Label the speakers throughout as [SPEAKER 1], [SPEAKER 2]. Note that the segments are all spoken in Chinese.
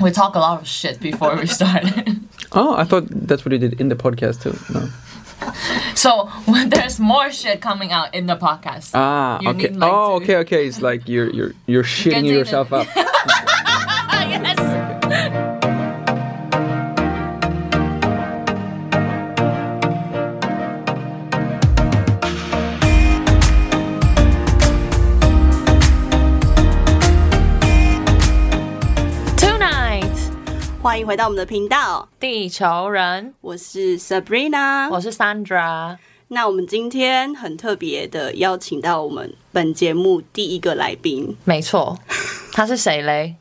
[SPEAKER 1] We talk a lot of shit before we started.
[SPEAKER 2] Oh, I thought that's what you did in the podcast too. No.
[SPEAKER 1] so when there's more shit coming out in the podcast.
[SPEAKER 2] Ah,
[SPEAKER 1] You
[SPEAKER 2] okay.
[SPEAKER 1] need, like,
[SPEAKER 2] oh,
[SPEAKER 1] to-
[SPEAKER 2] okay, okay. It's like you're you're you're shitting
[SPEAKER 1] Getting
[SPEAKER 2] yourself
[SPEAKER 1] it.
[SPEAKER 2] up.
[SPEAKER 1] yes.
[SPEAKER 3] Tonight，
[SPEAKER 4] 欢迎回到我们的频道，
[SPEAKER 3] 地球人，
[SPEAKER 4] 我是 Sabrina。
[SPEAKER 3] 我是 Sandra。
[SPEAKER 4] 那我们今天很特别的邀请到我们本节目第一个来宾，
[SPEAKER 3] 没错，他是谁嘞？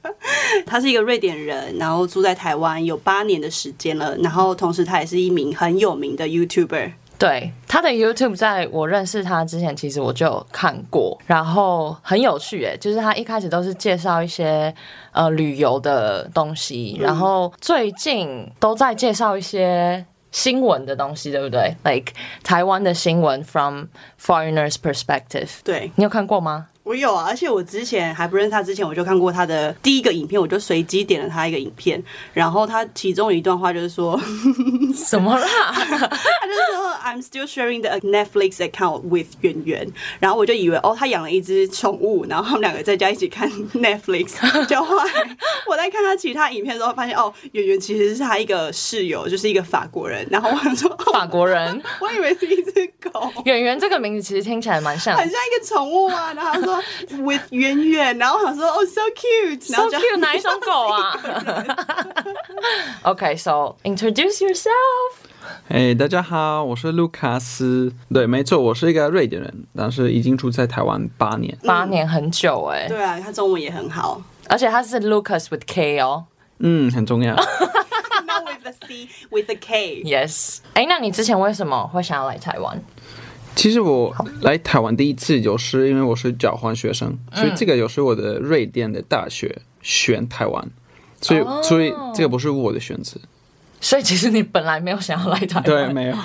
[SPEAKER 4] 他是一个瑞典人，然后住在台湾有八年的时间了，然后同时他也是一名很有名的 YouTuber。
[SPEAKER 3] 对，他的 YouTube 在我认识他之前，其实我就有看过，然后很有趣诶，就是他一开始都是介绍一些呃旅游的东西，然后最近都在介绍一些。新闻的东西对不对？Like 台湾的新闻 from foreigners perspective，
[SPEAKER 4] 对
[SPEAKER 3] 你有看过吗？
[SPEAKER 4] 我有啊，而且我之前还不认识他之前，我就看过他的第一个影片，我就随机点了他一个影片，然后他其中有一段话就是说，
[SPEAKER 3] 什么啦？
[SPEAKER 4] 他就说 I'm still sharing the Netflix account with 圆圆，然后我就以为哦，他养了一只宠物，然后他们两个在家一起看 Netflix，就后来我在看他其他影片之后，发现哦，圆圆其实是他一个室友，就是一个法国人，然后我想说，
[SPEAKER 3] 法
[SPEAKER 4] 哦，
[SPEAKER 3] 国人。
[SPEAKER 4] 我以为是一只狗。
[SPEAKER 3] 演员这个名字其实听起来蛮像
[SPEAKER 4] 很像一个宠物啊，然后他说 with 圆圆，然后我想说哦 so cute，然
[SPEAKER 3] ，so
[SPEAKER 4] 后就
[SPEAKER 3] cute 哪一种狗 啊？OK，so、introduce yourself。
[SPEAKER 2] 哎，大家好，我是卢卡斯。对，没错，我是一个瑞典人，但是已经住在台湾八年。
[SPEAKER 3] 八年很久哎、
[SPEAKER 4] 嗯对啊，他中文也很 好。
[SPEAKER 3] 而且他是 Lucas with K 哦
[SPEAKER 2] 嗯，很重 要。
[SPEAKER 4] Not with a C with a K，
[SPEAKER 3] ，Yes。哎，那你之前为什么会想要来台湾？
[SPEAKER 2] 其实我来台湾第一次，就是因为我是交换学生，
[SPEAKER 1] 嗯
[SPEAKER 2] 所以这个就是我的瑞典的大学选台湾，所以、
[SPEAKER 1] 哦
[SPEAKER 2] 所以这个不是我的选择，
[SPEAKER 3] 所以其实你本来没有想要来
[SPEAKER 1] 哎
[SPEAKER 3] 台湾，
[SPEAKER 2] 对，没有，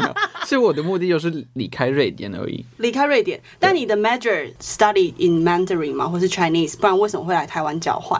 [SPEAKER 2] 有，是我的目的就是离开瑞典而已。
[SPEAKER 4] 离开瑞典。但你的 major study in Mandarin 吗，或是 Chinese？不然为什么会来台湾交换？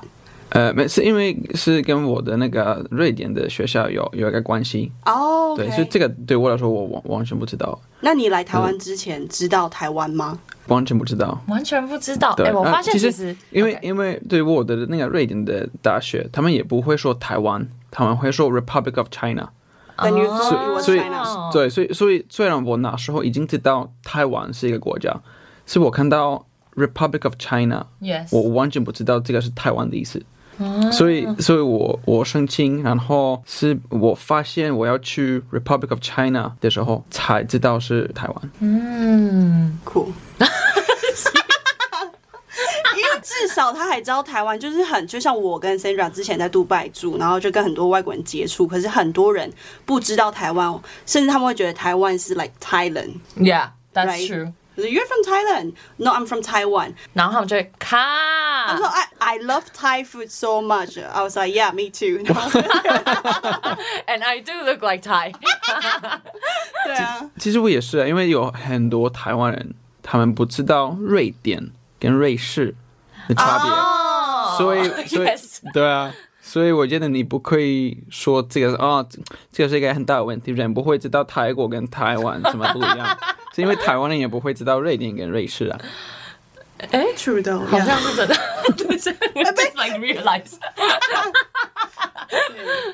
[SPEAKER 2] 呃，没是因为是跟我的那个瑞典的学校有有一个关系，
[SPEAKER 4] 哦、o
[SPEAKER 2] 对，所以这个对我来说我完完全不知道，
[SPEAKER 4] 那你来台湾之前知道台湾吗？
[SPEAKER 2] 完全不知道。
[SPEAKER 3] 完全不知道。
[SPEAKER 2] 对，
[SPEAKER 3] 哎，我
[SPEAKER 2] 呃
[SPEAKER 3] 发现
[SPEAKER 2] 其
[SPEAKER 3] 其
[SPEAKER 2] 实
[SPEAKER 3] 实
[SPEAKER 2] 因为
[SPEAKER 3] OK
[SPEAKER 2] 因为对我的那个瑞典的大学，他们也不会说台湾，他们会说 Republic of China。
[SPEAKER 4] 等于说
[SPEAKER 2] 所嗯哦
[SPEAKER 3] 哦
[SPEAKER 2] 以所以
[SPEAKER 4] China
[SPEAKER 2] 对，所以所以虽然我那时候已经知道台湾是一个国家，是我看到 Republic of China，我
[SPEAKER 3] Yes，
[SPEAKER 2] 完全不知道这个是台湾的意思。
[SPEAKER 3] 啊
[SPEAKER 2] 所以，所以我我申请，然后是我发现我要去 Republic of China 的时候，才知道是台湾。
[SPEAKER 3] 嗯，
[SPEAKER 4] 酷。 因为至少他还知道台湾，就是很就像我跟 Sandra 之前在杜拜住，然后就跟很多外国人接触，可是很多人不知道台湾，甚至他们会觉得台湾是 like Thailand，
[SPEAKER 3] ，Yeah，that's
[SPEAKER 4] Right
[SPEAKER 3] true。
[SPEAKER 4] 就是 You're from Thailand? No, I'm from Taiwan.
[SPEAKER 3] 然后他们就会卡
[SPEAKER 2] 啊
[SPEAKER 4] 他，说 I I love Thai food so much. I was like, yeah, me too. 然后
[SPEAKER 3] And I do look like Thai 。
[SPEAKER 4] 对啊，
[SPEAKER 2] 其实我也是啊，因为有很多台湾人，他们不知道瑞典跟瑞士的差别
[SPEAKER 3] 哦
[SPEAKER 2] 所以所以
[SPEAKER 3] Yes
[SPEAKER 2] 对啊，所以我觉得你不可以说这个啊、这这个是一个很大的问题，人不会知道泰国跟台湾什么不一 样，是因为台湾人也不会知道瑞典跟瑞士啊。
[SPEAKER 4] true 的，
[SPEAKER 3] 好像是真 的，对，所以我
[SPEAKER 4] 哎
[SPEAKER 3] just like realize。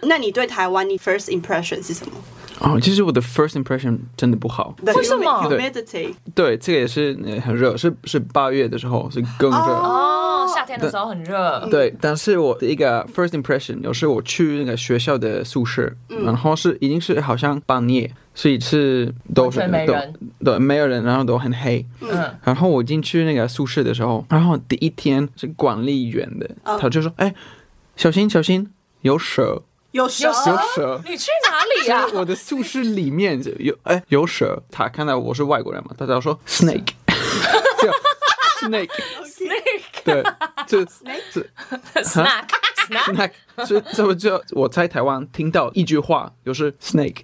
[SPEAKER 4] 那你对台湾你 first impression 是什么？
[SPEAKER 2] 哦，其实我的 first impression 真的不好。
[SPEAKER 4] 为
[SPEAKER 3] 什么
[SPEAKER 4] Humidity
[SPEAKER 2] 对，这个也是呃很热，是是八月的时候是更热。
[SPEAKER 3] 哦，夏天的时候很热，
[SPEAKER 2] 对，但是我的一个 first impression，有时我去那个学校的宿舍，
[SPEAKER 3] 嗯
[SPEAKER 2] 然后是已经是好像半夜，所以是都是
[SPEAKER 3] 完全没
[SPEAKER 2] 都
[SPEAKER 3] 人
[SPEAKER 2] 对，没有人，然后都很黑。
[SPEAKER 3] 嗯，
[SPEAKER 2] 然后我进去那个宿舍的时候，然后第一天是管理员的，
[SPEAKER 3] 哦
[SPEAKER 2] 他就说：“哎，小心小心，有蛇，
[SPEAKER 4] 有蛇
[SPEAKER 3] 有
[SPEAKER 2] 有
[SPEAKER 3] 蛇
[SPEAKER 2] 蛇。”
[SPEAKER 3] 你去哪里啊呀？
[SPEAKER 2] 我的宿舍里面就有哎有蛇，他看到我是外国人嘛，他就说 snake，就 snake，对，就就
[SPEAKER 3] snack snack，
[SPEAKER 2] 那所以这不就我在台湾听到一句话，就是 snake，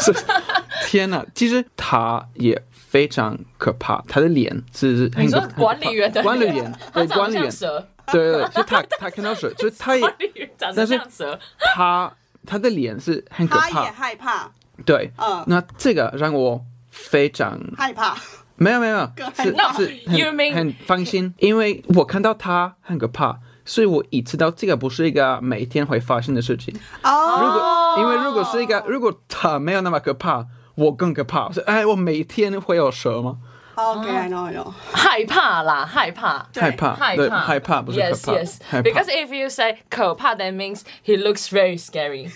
[SPEAKER 2] 是 天哪！其实他也非常可怕，他的脸是是很
[SPEAKER 3] 你说
[SPEAKER 2] 可很可怕
[SPEAKER 3] 管理员的
[SPEAKER 2] 管理员对
[SPEAKER 3] 长
[SPEAKER 2] 管
[SPEAKER 3] 得
[SPEAKER 2] 理
[SPEAKER 3] 像
[SPEAKER 2] 员
[SPEAKER 3] 蛇，
[SPEAKER 2] 对对对，是他他看到蛇，就是 他也，
[SPEAKER 1] 长
[SPEAKER 2] 但
[SPEAKER 1] 得
[SPEAKER 2] 是
[SPEAKER 1] 像蛇，
[SPEAKER 2] 他他的脸是很可
[SPEAKER 4] 他也
[SPEAKER 2] 怕，
[SPEAKER 4] 害怕，
[SPEAKER 2] 对，
[SPEAKER 4] 嗯，
[SPEAKER 2] 那这个让我非常
[SPEAKER 4] 害怕，
[SPEAKER 2] 没有没有没
[SPEAKER 4] 更
[SPEAKER 2] 有
[SPEAKER 4] 害
[SPEAKER 2] 是
[SPEAKER 4] 怕
[SPEAKER 2] 是
[SPEAKER 1] You
[SPEAKER 2] 很
[SPEAKER 1] mean-
[SPEAKER 2] 很放心，因为我看到他很可怕，所以我已知道这个不是一个每天会发生的事情。如
[SPEAKER 4] 哦，
[SPEAKER 2] 果啊因为如果是一个如果他没有那么可怕，我更可怕。我说哎，我每天会有蛇吗？
[SPEAKER 4] o k i know，I know，
[SPEAKER 3] 害怕啦，害怕。
[SPEAKER 4] 对
[SPEAKER 2] 害怕，
[SPEAKER 1] 害
[SPEAKER 2] 对
[SPEAKER 1] 怕
[SPEAKER 2] 害怕不是可
[SPEAKER 1] Yes,
[SPEAKER 2] 怕
[SPEAKER 1] yes.
[SPEAKER 2] 害怕。
[SPEAKER 3] Because if you say 可怕，that means he looks very scary。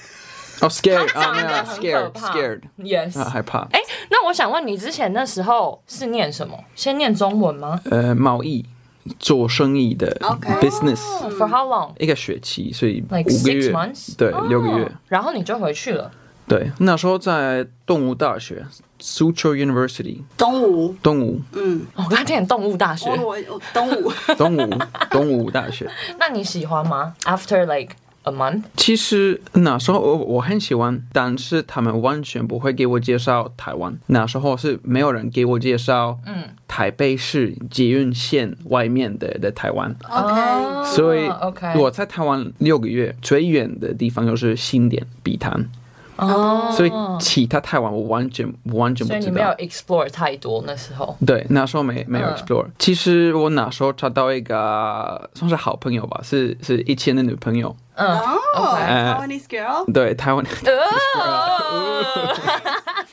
[SPEAKER 2] 哦，scared 啊，没有
[SPEAKER 3] 他长得很可
[SPEAKER 2] scared
[SPEAKER 3] 怕
[SPEAKER 2] scared
[SPEAKER 1] Yes.
[SPEAKER 2] 啊，害怕。
[SPEAKER 3] 哎，那我想问你，之前那时候是念什么？先念中文吗
[SPEAKER 2] 呃，贸易做生意的
[SPEAKER 4] OK
[SPEAKER 2] business
[SPEAKER 3] ？For how long？
[SPEAKER 2] 一个学期，所以
[SPEAKER 3] Like
[SPEAKER 2] 五个
[SPEAKER 3] six
[SPEAKER 2] 月
[SPEAKER 3] months？，
[SPEAKER 2] 对，六个月
[SPEAKER 3] 哦。然后你就回去了。
[SPEAKER 2] 对，那时候在动物大学 （Suzhou University），
[SPEAKER 4] 东吴，
[SPEAKER 2] 东吴，
[SPEAKER 4] 嗯，
[SPEAKER 3] 哦我刚念动物大学
[SPEAKER 4] 我，我我东吴，
[SPEAKER 2] 东吴，东吴大学。
[SPEAKER 3] 那你喜欢吗？After like a month，
[SPEAKER 2] 其实那时候我我很喜欢，但是他们完全不会给我介绍台湾。那时候是没有人给我介绍，嗯，台北市捷运线外面的的台湾，
[SPEAKER 4] OK，
[SPEAKER 2] 所以
[SPEAKER 3] OK
[SPEAKER 2] 我在台湾六个月，最远的地方就是新店、碧潭，
[SPEAKER 3] 哦，
[SPEAKER 2] 所以其他台湾我完全完全不
[SPEAKER 3] 所以
[SPEAKER 2] 知
[SPEAKER 3] 你没有
[SPEAKER 2] 道。
[SPEAKER 3] explore 太多那时候。
[SPEAKER 2] 对，那时候没没有
[SPEAKER 3] 嗯
[SPEAKER 2] explore、其实我那时候找到一个算是好朋友吧，是是以前的女朋友，呃
[SPEAKER 4] 哦
[SPEAKER 3] 嗯 OK
[SPEAKER 4] ，Taiwanese girl，
[SPEAKER 2] 对台 湾，
[SPEAKER 3] 哦，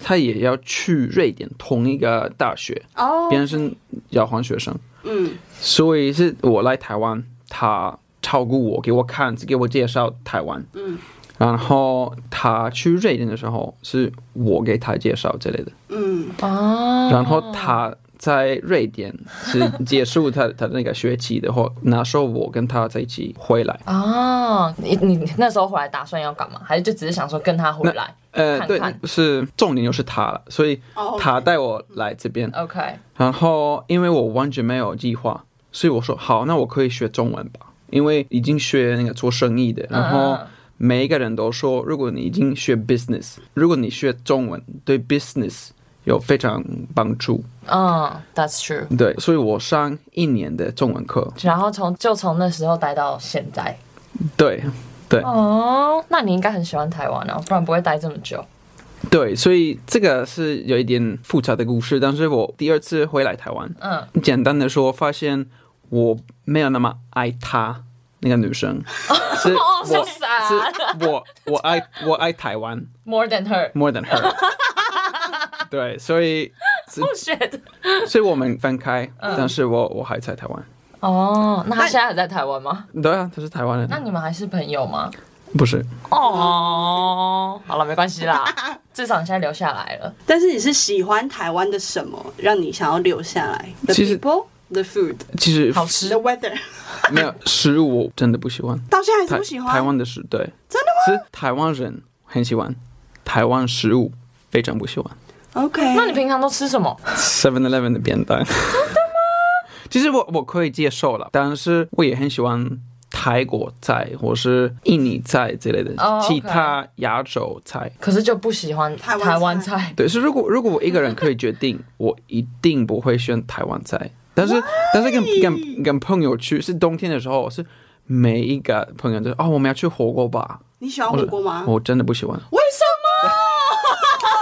[SPEAKER 2] 她也要去瑞典同一个大学，
[SPEAKER 4] 哦，
[SPEAKER 2] 变成交换学生，
[SPEAKER 4] 嗯，
[SPEAKER 2] 所以是我来台湾，她超过我，给我看，给我介绍台湾，
[SPEAKER 4] 嗯，
[SPEAKER 2] 然后她去瑞典的时候，是我给她介绍之类的，
[SPEAKER 4] 嗯，
[SPEAKER 3] 哦
[SPEAKER 2] 然后他在瑞典是结束他他那个学期的话，那时候我跟他在一起回来。
[SPEAKER 3] 哦，你你那时候回来打算要干嘛？还是就只是想说跟他回来？
[SPEAKER 2] 呃，
[SPEAKER 3] 看
[SPEAKER 2] 对
[SPEAKER 3] 看，
[SPEAKER 2] 是重点就是他了，所以
[SPEAKER 4] 哦
[SPEAKER 2] 他带我来这边。
[SPEAKER 3] OK，
[SPEAKER 2] 然后因为我完全没有计划，所以我说好，那我可以学中文吧，因为已经学那个做生意的，然后
[SPEAKER 3] 嗯
[SPEAKER 2] 每一个人都说，如果你已经学 business，如果你学中文，对 business 有非常帮助。
[SPEAKER 3] 嗯，That's true。
[SPEAKER 2] 对，所以我上一年的中文课，
[SPEAKER 3] 然后从就从那时候待到现在。
[SPEAKER 2] 对对。
[SPEAKER 3] 哦，那你应该很喜欢台湾哦，不然不会待这么久。
[SPEAKER 2] 对，所以这个是有一点复杂的故事。但是我第二次回来台湾，
[SPEAKER 3] 嗯，
[SPEAKER 2] 简单的说，发现我没有那么爱她那个女生， 是我
[SPEAKER 3] ，so
[SPEAKER 2] 是
[SPEAKER 3] sad
[SPEAKER 2] 我我爱我爱台湾
[SPEAKER 3] more than her。
[SPEAKER 2] more than her。对，所以
[SPEAKER 3] Oh shit！
[SPEAKER 2] 所以我们分开，
[SPEAKER 3] 嗯
[SPEAKER 2] 但是我我还在台湾。
[SPEAKER 3] 哦，那他现在还在台湾吗？
[SPEAKER 2] 对啊，她是台湾
[SPEAKER 3] 那
[SPEAKER 2] 人，
[SPEAKER 3] 你们还是朋友吗？
[SPEAKER 2] 不是？
[SPEAKER 3] 哦，好了，没关系 啦，至少你现在留下来了。
[SPEAKER 4] 但是你是喜欢台湾的什么，让你想要留下来？The
[SPEAKER 2] 其实
[SPEAKER 4] people, the food,
[SPEAKER 2] 其实
[SPEAKER 3] 好吃
[SPEAKER 4] the weather，
[SPEAKER 2] 没有食物，我真的不喜欢。
[SPEAKER 4] 到现在还是
[SPEAKER 2] 台
[SPEAKER 4] 不喜欢
[SPEAKER 2] 台湾的食，对，
[SPEAKER 4] 真的
[SPEAKER 2] 是台湾人很喜欢，台湾食物非常不喜欢。
[SPEAKER 4] 吗？OK，
[SPEAKER 3] 那你平常都吃什么？
[SPEAKER 2] Seven Eleven 的便当。真的吗？ 其实我我可以接受了，但是我也很喜欢泰国菜或是印尼菜之类的、
[SPEAKER 3] 哦，OK
[SPEAKER 2] 其他亚洲菜。
[SPEAKER 3] 可是就不喜欢
[SPEAKER 4] 台湾菜
[SPEAKER 3] 台湾菜。
[SPEAKER 2] 对，是如果如果我一个人可以决定，我一定不会选台湾菜。但是但是跟跟跟朋友去是冬天的时候，是每一个朋友都说哦我们要去火锅吧。
[SPEAKER 4] 你喜欢火锅吗？
[SPEAKER 2] 我真的不喜欢。
[SPEAKER 4] 为什么？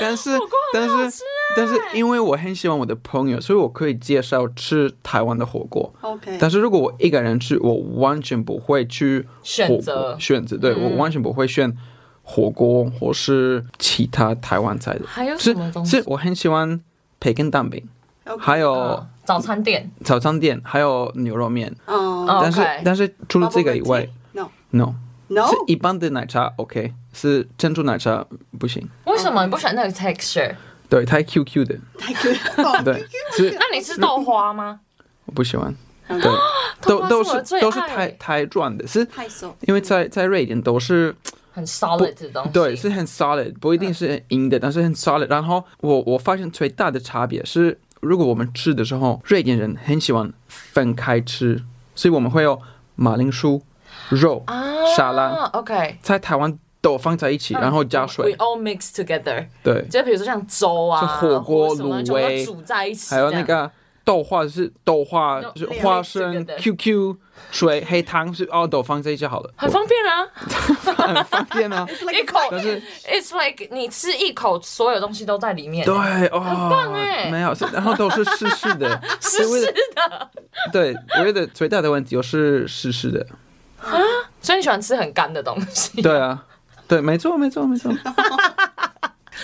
[SPEAKER 2] 但是但是但是
[SPEAKER 3] 哎
[SPEAKER 2] 因为我很喜欢我的朋友，所以我可以介绍吃台湾的火锅。
[SPEAKER 4] OK
[SPEAKER 2] 但是如果我一个人去，我完全不会去
[SPEAKER 3] 选
[SPEAKER 2] 火锅
[SPEAKER 3] 择嗯
[SPEAKER 2] 选择，对、我完全不会选火锅或是其他台湾菜的。
[SPEAKER 3] 还有什
[SPEAKER 2] 是
[SPEAKER 3] 么东西？
[SPEAKER 2] 是，我很喜欢培根蛋饼，
[SPEAKER 4] OK
[SPEAKER 2] 还有
[SPEAKER 3] 哦，早餐店。
[SPEAKER 2] 早餐店，还有牛肉面。
[SPEAKER 4] 嗯，
[SPEAKER 3] 哦
[SPEAKER 2] 但是
[SPEAKER 3] OK
[SPEAKER 2] 但是除了这个以外
[SPEAKER 4] No
[SPEAKER 2] ，no。
[SPEAKER 4] No，
[SPEAKER 3] 哦
[SPEAKER 2] 是一般的奶茶 OK，是珍珠奶茶不行，
[SPEAKER 3] 为什么你不喜欢那个 texture？
[SPEAKER 2] 对，太 QQ 的，
[SPEAKER 4] 太可 怕。
[SPEAKER 2] 对，是
[SPEAKER 3] 那你吃豆花吗？
[SPEAKER 2] 我不喜欢。
[SPEAKER 3] 嗯
[SPEAKER 2] 对，都
[SPEAKER 3] 花
[SPEAKER 2] 都
[SPEAKER 3] 哦是我的
[SPEAKER 2] 是
[SPEAKER 3] 最
[SPEAKER 2] 都是
[SPEAKER 3] 爱
[SPEAKER 2] 台台转的，是
[SPEAKER 4] 太熟，
[SPEAKER 2] 因为在在瑞典都是
[SPEAKER 3] 很
[SPEAKER 2] 不
[SPEAKER 3] solid 的东西。
[SPEAKER 2] 对，是很 solid，不一
[SPEAKER 3] 嗯
[SPEAKER 2] 定是很硬的，但是很 solid。然后我我发现最大的差别是，如果我们吃的时候，瑞典人很喜欢分开吃，所以我们会有马铃薯、肉、
[SPEAKER 3] 啊，嗯
[SPEAKER 2] 沙拉，
[SPEAKER 3] OK。
[SPEAKER 2] 在台湾都放在一起，然后加
[SPEAKER 3] We
[SPEAKER 2] 水，
[SPEAKER 3] all mix together，
[SPEAKER 2] 对，
[SPEAKER 3] 就比如说像粥啊、
[SPEAKER 2] 就火
[SPEAKER 3] 或
[SPEAKER 2] 锅
[SPEAKER 3] 者什么
[SPEAKER 2] 卤
[SPEAKER 3] 全部都
[SPEAKER 2] 味
[SPEAKER 3] 煮在一起，
[SPEAKER 2] 还有那
[SPEAKER 3] 这样
[SPEAKER 2] 个豆花是豆花，
[SPEAKER 1] No，
[SPEAKER 2] 就是
[SPEAKER 1] 另
[SPEAKER 2] 花
[SPEAKER 1] 另一
[SPEAKER 2] 生
[SPEAKER 1] 个、的
[SPEAKER 2] QQ 水、黑糖是哦，都放在一起 好了，
[SPEAKER 3] 很方便啊，
[SPEAKER 2] 很方便啊。
[SPEAKER 4] It's like
[SPEAKER 3] 一口
[SPEAKER 4] a
[SPEAKER 2] 但是
[SPEAKER 3] It's like 你吃一口，所有东西都在里面。
[SPEAKER 2] 对，哦，很
[SPEAKER 3] 棒哎
[SPEAKER 2] 没有，是然后都是湿 湿的，
[SPEAKER 3] 是
[SPEAKER 2] 所以为
[SPEAKER 3] 是
[SPEAKER 2] 了
[SPEAKER 3] 的。
[SPEAKER 2] 对，我觉得最大的问题就是湿湿 的，
[SPEAKER 3] 所以你喜欢吃很干的东西？
[SPEAKER 2] 对啊，对，没错，没错，没错。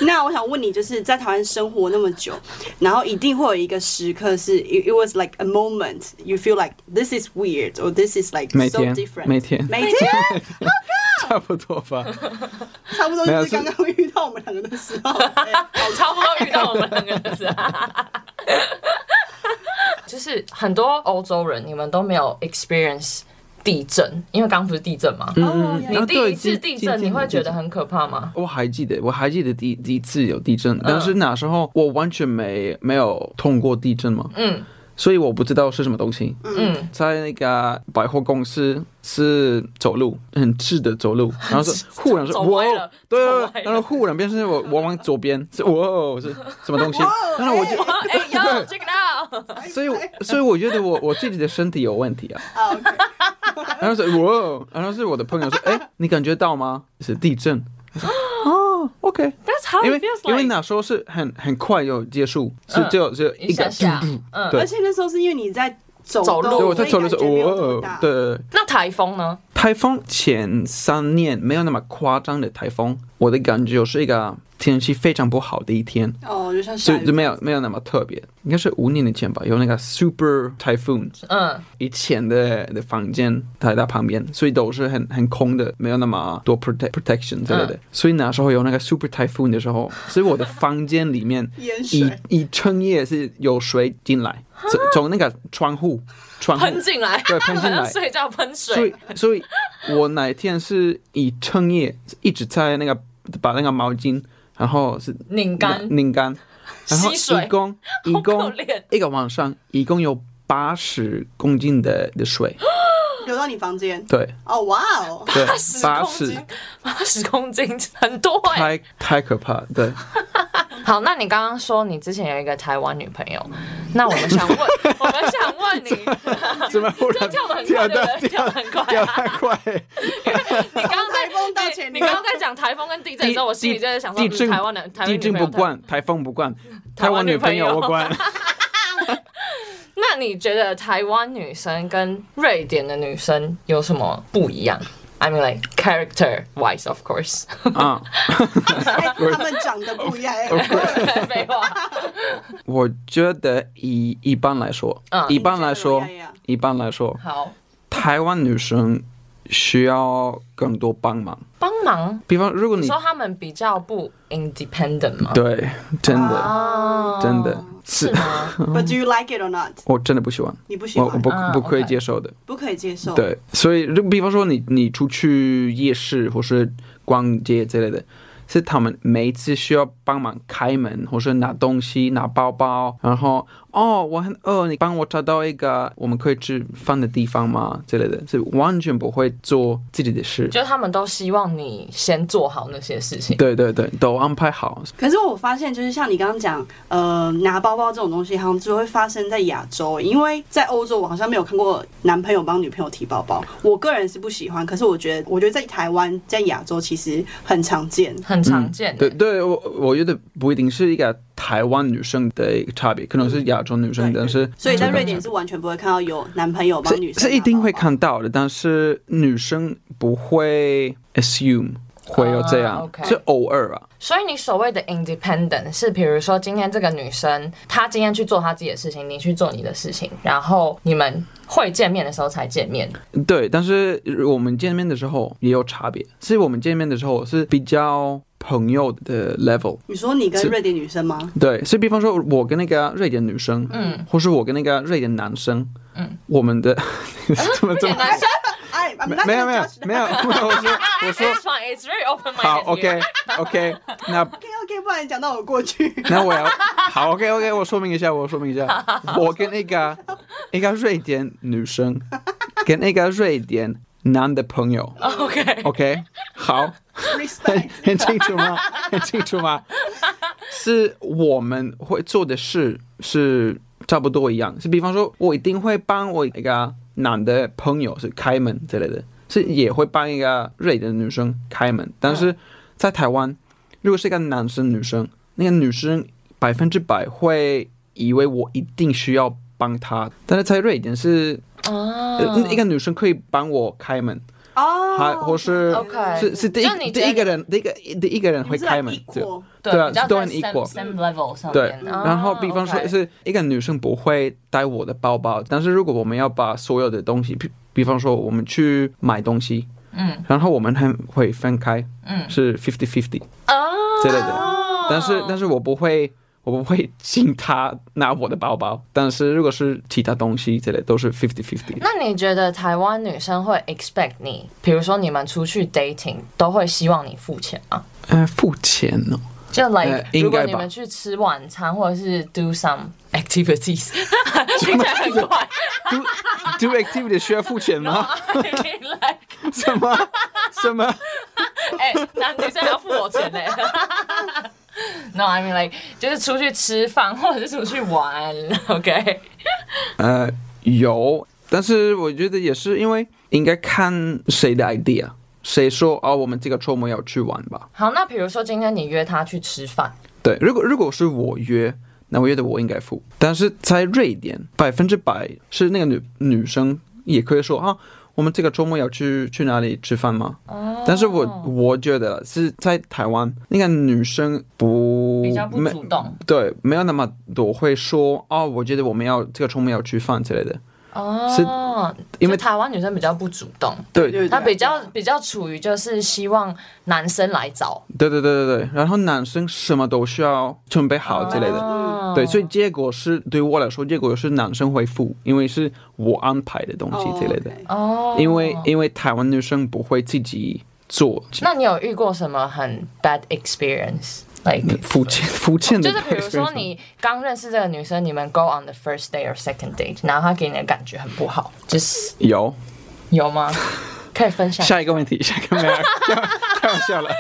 [SPEAKER 4] 那我想问你，就是在台湾生活那么久，然后一定会有一个时刻是，it it was like a moment you feel like this is weird or this is like
[SPEAKER 2] 每
[SPEAKER 4] so
[SPEAKER 2] 天
[SPEAKER 4] different。
[SPEAKER 2] 每天
[SPEAKER 4] 每天
[SPEAKER 2] 差不多吧。
[SPEAKER 4] 差不多
[SPEAKER 2] 没有
[SPEAKER 4] 就是是刚刚遇到我们两个 的时候。对
[SPEAKER 3] 哦差不多遇到我们两个人是。 就是很多欧洲人，你们都没有 experience 地震，因为刚刚不是地震吗？
[SPEAKER 4] 哦
[SPEAKER 2] 嗯
[SPEAKER 4] 原
[SPEAKER 2] 嗯，啊
[SPEAKER 4] 来
[SPEAKER 3] 你第一
[SPEAKER 2] 对
[SPEAKER 3] 次
[SPEAKER 2] 今
[SPEAKER 3] 地
[SPEAKER 2] 今
[SPEAKER 3] 震，
[SPEAKER 2] 天
[SPEAKER 3] 你会
[SPEAKER 2] 的
[SPEAKER 3] 觉
[SPEAKER 2] 地
[SPEAKER 3] 得
[SPEAKER 2] 震
[SPEAKER 3] 很可怕吗？
[SPEAKER 2] 我还记得，我还记得第第一次有地
[SPEAKER 3] 嗯
[SPEAKER 2] 震，但是那时候我完全没没有通过地震嘛，
[SPEAKER 3] 嗯
[SPEAKER 2] 所以我不知道是什么东西。
[SPEAKER 3] 嗯，
[SPEAKER 2] 在那个百货公司是走路，很直的走路，然 后是忽然说
[SPEAKER 3] 走
[SPEAKER 2] 哇
[SPEAKER 3] 歪
[SPEAKER 2] 哦
[SPEAKER 3] 了，
[SPEAKER 2] 对
[SPEAKER 3] 走
[SPEAKER 2] 对
[SPEAKER 3] 歪
[SPEAKER 2] 对，然后忽然变成我我往左边是哇哦是什么东西，然后我就，
[SPEAKER 3] 哎呦，check it out！
[SPEAKER 2] 所以我所以我觉得我我自己的身体有问题啊。
[SPEAKER 3] 哦
[SPEAKER 4] 啊，OK
[SPEAKER 2] 然后是我，然后是我的朋友说，哎、你感觉到吗？是地 震。我说哦，OK，
[SPEAKER 3] That's how
[SPEAKER 2] 因为
[SPEAKER 3] Oh, it feels
[SPEAKER 2] 因为
[SPEAKER 3] like。
[SPEAKER 2] 那时候是很很快就结束，是
[SPEAKER 3] 嗯
[SPEAKER 2] 只有只有
[SPEAKER 3] 一
[SPEAKER 2] 一
[SPEAKER 3] 下
[SPEAKER 2] 个，
[SPEAKER 3] 下，嗯，
[SPEAKER 2] 对
[SPEAKER 4] 而且那时候是因为你在走
[SPEAKER 3] 走路
[SPEAKER 4] 动
[SPEAKER 2] 对，我在
[SPEAKER 4] 所以
[SPEAKER 2] 走的时候，
[SPEAKER 4] 感觉没有那
[SPEAKER 2] 哦
[SPEAKER 4] 么大，
[SPEAKER 2] 对对对，
[SPEAKER 3] 那台风呢？
[SPEAKER 2] 台风前三年没有那么夸张的台风，我的感觉是一个天气非常不好的一天，
[SPEAKER 4] 哦，就像下
[SPEAKER 2] 就
[SPEAKER 4] 雨
[SPEAKER 2] 就没有没有那么特别，应该是五年前吧，有那个 super typhoon，
[SPEAKER 3] 嗯，
[SPEAKER 2] 以前的的房间在它旁边，所以都是很很空的，没有那么多 protect protection 之
[SPEAKER 4] 嗯
[SPEAKER 2] 类的。所以那时候有那个 super typhoon 的时候，所以我的房间里面
[SPEAKER 4] 淹
[SPEAKER 2] 一
[SPEAKER 4] 水，
[SPEAKER 2] 一整夜是有水进来，从从那个窗户窗户
[SPEAKER 3] 喷进来，
[SPEAKER 2] 对喷进 来。
[SPEAKER 3] 睡觉喷
[SPEAKER 2] 所
[SPEAKER 3] 水
[SPEAKER 2] 以，所以我哪天是一整夜一直在那个把那个毛巾，然后是
[SPEAKER 3] 拧干，
[SPEAKER 2] 拧干，然后
[SPEAKER 3] 吸水
[SPEAKER 2] 一共 一
[SPEAKER 3] 好可
[SPEAKER 2] 共
[SPEAKER 3] 怜。
[SPEAKER 2] 一个晚上一共有八十公斤的的水，
[SPEAKER 4] 流到你房间。
[SPEAKER 2] 对
[SPEAKER 4] 哦，哇 哦，
[SPEAKER 2] 对，
[SPEAKER 3] 八
[SPEAKER 2] 八
[SPEAKER 3] 十公
[SPEAKER 2] 十
[SPEAKER 3] 斤，八十公斤很多哎、
[SPEAKER 2] 太太可怕， 对，
[SPEAKER 3] 好，那你刚刚说你之前有一个台湾女朋友，那我们想 问，我们想问你，
[SPEAKER 2] 怎么忽
[SPEAKER 3] 就
[SPEAKER 2] 然
[SPEAKER 3] 跳得很快，对不对？
[SPEAKER 2] 跳
[SPEAKER 3] 跳得很快、
[SPEAKER 2] 跳
[SPEAKER 3] 啊。
[SPEAKER 2] 太快？
[SPEAKER 3] 你刚刚在
[SPEAKER 4] 台风到前
[SPEAKER 3] 你
[SPEAKER 4] 面
[SPEAKER 3] 刚刚在讲台风跟地震的时候，我心里就在想说，
[SPEAKER 2] 地
[SPEAKER 3] 嗯
[SPEAKER 2] 震
[SPEAKER 3] 台湾的台湾
[SPEAKER 2] 地
[SPEAKER 3] 女
[SPEAKER 2] 震
[SPEAKER 3] 朋友
[SPEAKER 2] 不惯，台风不惯，
[SPEAKER 3] 台
[SPEAKER 2] 台
[SPEAKER 3] 湾
[SPEAKER 2] 湾
[SPEAKER 3] 女
[SPEAKER 2] 女朋
[SPEAKER 3] 朋友
[SPEAKER 2] 友不惯。
[SPEAKER 3] 那你觉得台湾女生跟瑞典的女生有什么不一样？I mean, like character wise, of course.
[SPEAKER 2] 啊，
[SPEAKER 4] 哎他们长得不 一样，哎
[SPEAKER 3] 废话，
[SPEAKER 2] 我觉得一一般来说
[SPEAKER 3] 嗯，
[SPEAKER 2] 一般来说
[SPEAKER 4] 你觉得呀呀，
[SPEAKER 2] 一般来说，
[SPEAKER 3] 好，
[SPEAKER 2] 台湾女生需要更多帮忙。
[SPEAKER 3] 帮忙。
[SPEAKER 2] 比方，如果
[SPEAKER 3] 你
[SPEAKER 2] 你
[SPEAKER 3] 说他们比较不 independent 吗？
[SPEAKER 2] 对，真的
[SPEAKER 3] 哦
[SPEAKER 2] 真的是
[SPEAKER 3] 是，吗？
[SPEAKER 4] ，But do you like it or not？
[SPEAKER 2] 我真的不喜欢，
[SPEAKER 4] 你不喜
[SPEAKER 2] 我
[SPEAKER 4] 欢
[SPEAKER 2] 我不
[SPEAKER 3] 啊
[SPEAKER 2] 不可以
[SPEAKER 3] OK
[SPEAKER 2] 接受的。
[SPEAKER 4] 不可以接受。，
[SPEAKER 2] 对，所以如比方说你你出去夜市或是逛街之类的，是他们每一次需要帮忙开门，或是拿东西、拿包包，然后哦我很饿，你帮我找到一个我们可以吃饭的地方吗？之类的，是完全不会做自己的事。
[SPEAKER 3] 就是他们都希望你先做好那些事情。
[SPEAKER 2] 对对对，都安排好。
[SPEAKER 4] 可是我发现，就是像你刚刚讲，呃，拿包包这种东西，好像只会发生在亚洲，欸因为在欧洲，我好像没有看过男朋友帮女朋友提包包。我个人是不喜欢，可是我觉得，我觉得在台湾，在亚洲其实很常见。
[SPEAKER 3] 很常见的、
[SPEAKER 2] 对对，我我觉得不一定是一个台湾女生的一个差别，可能是亚洲女生，
[SPEAKER 4] 对
[SPEAKER 2] 但是
[SPEAKER 4] 所以在
[SPEAKER 2] 这个
[SPEAKER 4] 瑞典是完全不会看到有男朋友帮女
[SPEAKER 2] 是
[SPEAKER 3] 啊
[SPEAKER 4] 生拿包包，
[SPEAKER 2] 是一定会看到的，但是女生不会 assume 会有这
[SPEAKER 3] 啊
[SPEAKER 2] 样
[SPEAKER 3] ，OK，
[SPEAKER 2] 是偶尔啊。
[SPEAKER 3] 所以你所谓的 independent 是，比如说今天这个女生她今天去做她自己的事情，你去做你的事情，然后你们会见面的时候才见面。
[SPEAKER 2] 对，但是我们见面的时候也有差别，是我们见面的时候是比较朋友的 level。
[SPEAKER 4] 你说你跟
[SPEAKER 2] 是
[SPEAKER 4] 瑞典女生吗？
[SPEAKER 2] 对，所以比方说，我跟那个瑞典女生，
[SPEAKER 3] 嗯，
[SPEAKER 2] 或是我跟那个瑞典男生，
[SPEAKER 3] 嗯，
[SPEAKER 2] 我 们的怎么
[SPEAKER 3] 瑞
[SPEAKER 2] 这
[SPEAKER 3] 典
[SPEAKER 2] 么
[SPEAKER 3] 男生
[SPEAKER 4] 哎，I'm
[SPEAKER 2] 没
[SPEAKER 4] not
[SPEAKER 2] 没有
[SPEAKER 4] gonna
[SPEAKER 2] 没有
[SPEAKER 4] judge that
[SPEAKER 2] 没有，我 说我说
[SPEAKER 3] ，It's fine, it's very open minded.
[SPEAKER 2] 好，OK OK，那
[SPEAKER 4] OK OK，不然你讲到我 过去。
[SPEAKER 2] 那我要好，OK OK，我说明一下，我说明一下，我跟一个一个瑞典女生，跟一个瑞典男的朋友
[SPEAKER 3] OK，
[SPEAKER 2] ，OK，好，很
[SPEAKER 4] Respect，
[SPEAKER 2] 很清楚吗？很清楚吗？是我们会做的事是差不多一样。是比方说，我一定会帮我一个男的朋友是开门之类的，是也会帮一个瑞典的女生开门。但是在台湾，如果是一个男生女生，那个女生百分之百会以为我一定需要帮她，但是在瑞典是、
[SPEAKER 3] 啊
[SPEAKER 2] 呃一个女生可以帮我开门，
[SPEAKER 4] 哦，
[SPEAKER 2] 还或是
[SPEAKER 3] OK
[SPEAKER 2] 是是第一
[SPEAKER 3] 就你觉得
[SPEAKER 2] 第一个人第一个第一个人
[SPEAKER 4] 你
[SPEAKER 2] 会
[SPEAKER 4] 们是
[SPEAKER 2] 开
[SPEAKER 4] 来
[SPEAKER 2] 门，
[SPEAKER 4] equal
[SPEAKER 2] 就对啊
[SPEAKER 1] 比较
[SPEAKER 2] 都
[SPEAKER 1] 在
[SPEAKER 2] 很 equal
[SPEAKER 1] same same level 上
[SPEAKER 2] 对
[SPEAKER 1] 面，哦的。
[SPEAKER 2] 然后比方说
[SPEAKER 3] 哦 OK
[SPEAKER 2] 是一个女生不会带我的包包，但是如果我们要把所有的东西，比比方说我们去买东西，
[SPEAKER 1] 嗯
[SPEAKER 2] 然后我们还会分开，
[SPEAKER 1] 嗯，
[SPEAKER 2] 是 fifty fifty
[SPEAKER 3] 哦
[SPEAKER 2] 之类的。但是但是我不会，我不会请她拿我的包包，但是如果是其他东西之类都是 fifty fifty。
[SPEAKER 3] 那你觉得台湾女生会 expect 你，比如说你们出去 dating 都会希望你付钱吗？
[SPEAKER 2] 嗯、付钱哦，
[SPEAKER 3] 就 like、如
[SPEAKER 2] 应该吧
[SPEAKER 3] 果你们去吃晚餐或者是 do some activities，听起来很怪。
[SPEAKER 2] do do activity 需要付 钱吗？
[SPEAKER 3] like
[SPEAKER 2] 什 么什么？
[SPEAKER 3] 哎、男女生还要付我钱呢、No, I mean like 就是出去吃饭或者是出去玩，OK？
[SPEAKER 2] 呃，有，但是我觉得也是因为应该看谁的 idea，谁说哦，我们这个周末要去玩吧？
[SPEAKER 3] 好，那比如说今天你约他去吃饭，
[SPEAKER 2] 对，如果如果是我约，那我觉得我应该付。但是在瑞典，百分之百是那个女女生也可以说啊，我们这个周末要去去哪里吃饭吗？
[SPEAKER 1] 哦
[SPEAKER 2] 但是我我觉得是在台湾，那个女生不
[SPEAKER 1] 比较不
[SPEAKER 2] 没
[SPEAKER 1] 主动。
[SPEAKER 2] 对，没有那么多会说哦，我觉得我们要这个周末要去饭之类的。
[SPEAKER 3] 哦，
[SPEAKER 2] 因
[SPEAKER 3] 因
[SPEAKER 2] 为
[SPEAKER 3] 为台湾女生比较不主动，
[SPEAKER 2] 对，
[SPEAKER 4] 对
[SPEAKER 3] 她比较比较处于就是希望男生来找
[SPEAKER 2] 对对对对对，然后男生什么都需要准备好之类的，
[SPEAKER 3] 哦
[SPEAKER 2] 对，所以结果是对我来说，结果是男生会付，因为是我安排的东西之类的，
[SPEAKER 4] 哦
[SPEAKER 3] 哦，
[SPEAKER 2] 因为因为台湾女生不会自己做，
[SPEAKER 3] 那你有遇过什么很 bad experience？Like
[SPEAKER 2] 付钱付钱 的
[SPEAKER 3] 哦就
[SPEAKER 2] 东
[SPEAKER 3] 是
[SPEAKER 2] 西，
[SPEAKER 3] 比如说你刚认识这个女生，你们 go on the first day or second date，然后她给你的感觉很不好，就是
[SPEAKER 2] 有
[SPEAKER 3] 有 吗？可以分享？
[SPEAKER 2] 下一个问题，下一个没有，开玩开玩笑了。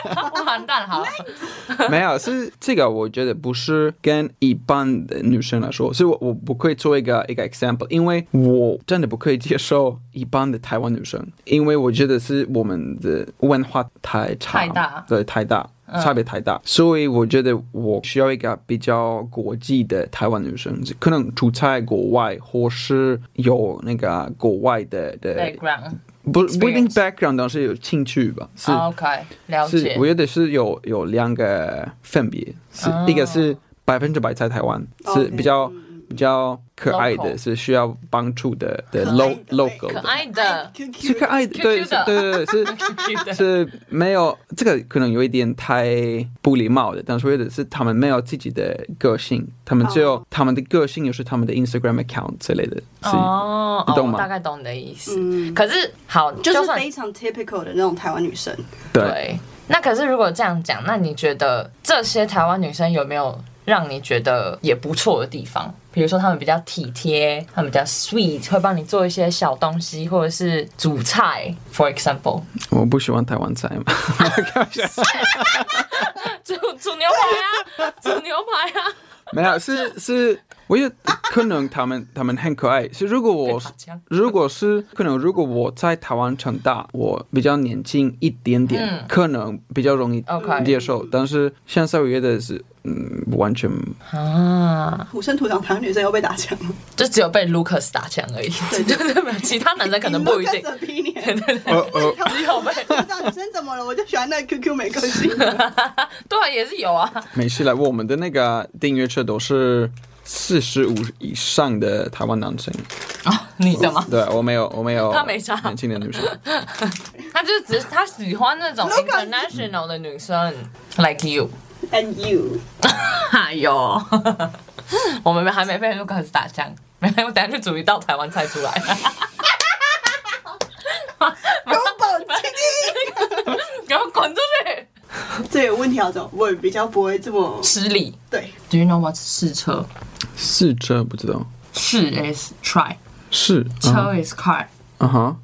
[SPEAKER 1] 完蛋，好，
[SPEAKER 2] 没有，是这个，我觉得不是跟一般的女生来说，所以我我不可以做一个一个 example，因为我真的不可以接受一般的台湾女生，因为我觉得是我们的文化太差，
[SPEAKER 1] 太大嗯
[SPEAKER 2] 对，太大。差别太大，所以我觉得我需要一个比较国际的台湾女生，可能住在国外，或是有那个国外的的，
[SPEAKER 1] background
[SPEAKER 2] 不不一定
[SPEAKER 3] experience
[SPEAKER 2] background，但是有兴趣吧，是
[SPEAKER 3] 哦
[SPEAKER 1] 啊
[SPEAKER 3] OK，了
[SPEAKER 2] 是
[SPEAKER 3] 解，
[SPEAKER 2] 我。觉得是有有两个分别，是、一个是百分之百在台湾，是
[SPEAKER 4] OK，
[SPEAKER 2] 比较比较可爱
[SPEAKER 3] Local
[SPEAKER 2] 的，是需要帮助的的
[SPEAKER 4] 可爱
[SPEAKER 2] lo
[SPEAKER 4] 的
[SPEAKER 2] local
[SPEAKER 3] 可
[SPEAKER 2] 的，
[SPEAKER 3] 爱的，
[SPEAKER 2] 是可爱的，
[SPEAKER 1] Q
[SPEAKER 2] 对
[SPEAKER 1] Q
[SPEAKER 2] 是
[SPEAKER 1] 的
[SPEAKER 2] 对对对，是是没有这个可能有一点太不礼貌的，但是我觉得是他们没有自己的个性，他们只有
[SPEAKER 4] 哦
[SPEAKER 2] 他们的个性，也是他们的 Instagram account 之类的，是
[SPEAKER 3] 哦，
[SPEAKER 2] 你
[SPEAKER 3] 哦
[SPEAKER 2] 懂吗
[SPEAKER 3] 我大概懂你的意思。
[SPEAKER 4] 嗯
[SPEAKER 3] 可是好，
[SPEAKER 4] 就是
[SPEAKER 3] 算
[SPEAKER 4] 非常 typical 的那种台湾女生，
[SPEAKER 2] 对。
[SPEAKER 3] 对。那可是如果这样讲，那你觉得这些台湾女生有没有让你觉得也不错的地方？比如说她们比较体贴，她们比较 sweet，会帮你做一些小东西，或者是煮菜，for example，
[SPEAKER 2] 我不喜欢台湾菜嘛，开玩笑
[SPEAKER 3] 煮煮牛排 啊，煮牛排啊，
[SPEAKER 2] 没有，是是，我觉得可能他们他们很可爱。是如果我是
[SPEAKER 3] 被打枪
[SPEAKER 2] 如果是可能，如果我在台湾长大，我比较年轻一点点，
[SPEAKER 3] 嗯
[SPEAKER 2] 可能比较容易
[SPEAKER 3] OK
[SPEAKER 2] 接受。但是现在我觉得是，嗯，完全
[SPEAKER 3] 啊，
[SPEAKER 4] 土生土长台湾女生又被打枪了，
[SPEAKER 3] 就只有被 Lucas 打枪而已， 就是其他男生 可能不一定
[SPEAKER 4] In。Lucas opinion
[SPEAKER 2] 呃呃，
[SPEAKER 3] 只有 被
[SPEAKER 4] 不知道女生怎么了，我就喜欢那个 QQ 没个 性。
[SPEAKER 3] 对啊，也是有啊。
[SPEAKER 2] 没事了。我们的那个订阅者都是四十五以上的台湾男生，哦
[SPEAKER 1] 你的吗？
[SPEAKER 2] 对我没有我没有，
[SPEAKER 3] 他没差
[SPEAKER 2] 年轻 的女生。
[SPEAKER 3] 他就只是他喜欢那种
[SPEAKER 4] Lucas
[SPEAKER 3] international 的女生，like you。
[SPEAKER 4] And you，
[SPEAKER 3] 哎呦， 我们还没被 Lucas 打枪，没有，我等下去煮一道台湾菜出来。
[SPEAKER 4] 宫保鸡丁，
[SPEAKER 3] 给我滚出去！
[SPEAKER 4] 这个问题要怎么问比较不会这么
[SPEAKER 3] 失礼。
[SPEAKER 4] 对？
[SPEAKER 1] Do you know what 试车？
[SPEAKER 2] 试车不知道
[SPEAKER 1] 试 is try，
[SPEAKER 2] 是啊
[SPEAKER 1] 车 is car，like
[SPEAKER 2] 嗯哼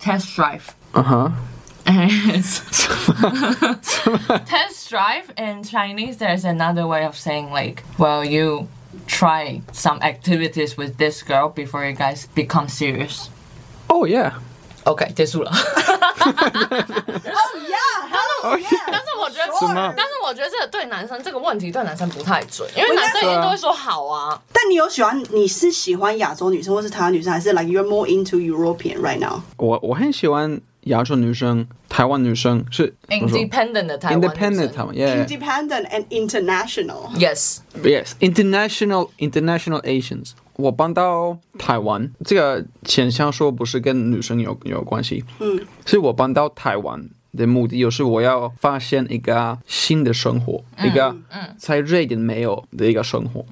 [SPEAKER 1] test drive。
[SPEAKER 2] 嗯哼
[SPEAKER 1] test drive in Chinese, there's another way of saying like, well, you try some activities with this girl before you guys become serious.
[SPEAKER 2] Oh yeah.
[SPEAKER 3] OK，结束了。
[SPEAKER 2] Oh yeah.
[SPEAKER 3] 但是我觉得，
[SPEAKER 2] 什么
[SPEAKER 3] 但是我觉得这个对男生这个问题对男生不太准，因为男生一定都会说好啊。
[SPEAKER 4] 但你有喜欢？你是喜欢亚洲女生，或是台湾女生，还是 like you're more into European right now？
[SPEAKER 2] 我我很喜欢亚洲女生、台湾女生是怎么说
[SPEAKER 3] Independent 的台湾女生
[SPEAKER 2] independent 他
[SPEAKER 3] 呃
[SPEAKER 2] 们 yeah yeah.
[SPEAKER 4] Independent and international。
[SPEAKER 3] Yes，
[SPEAKER 2] Yes, international international Asians。我搬到台湾，这个前项说不是跟女生有有关系，嗯，是我搬到台湾的目的就是我要发现一个新的生活，一个在瑞典没有的一个生活。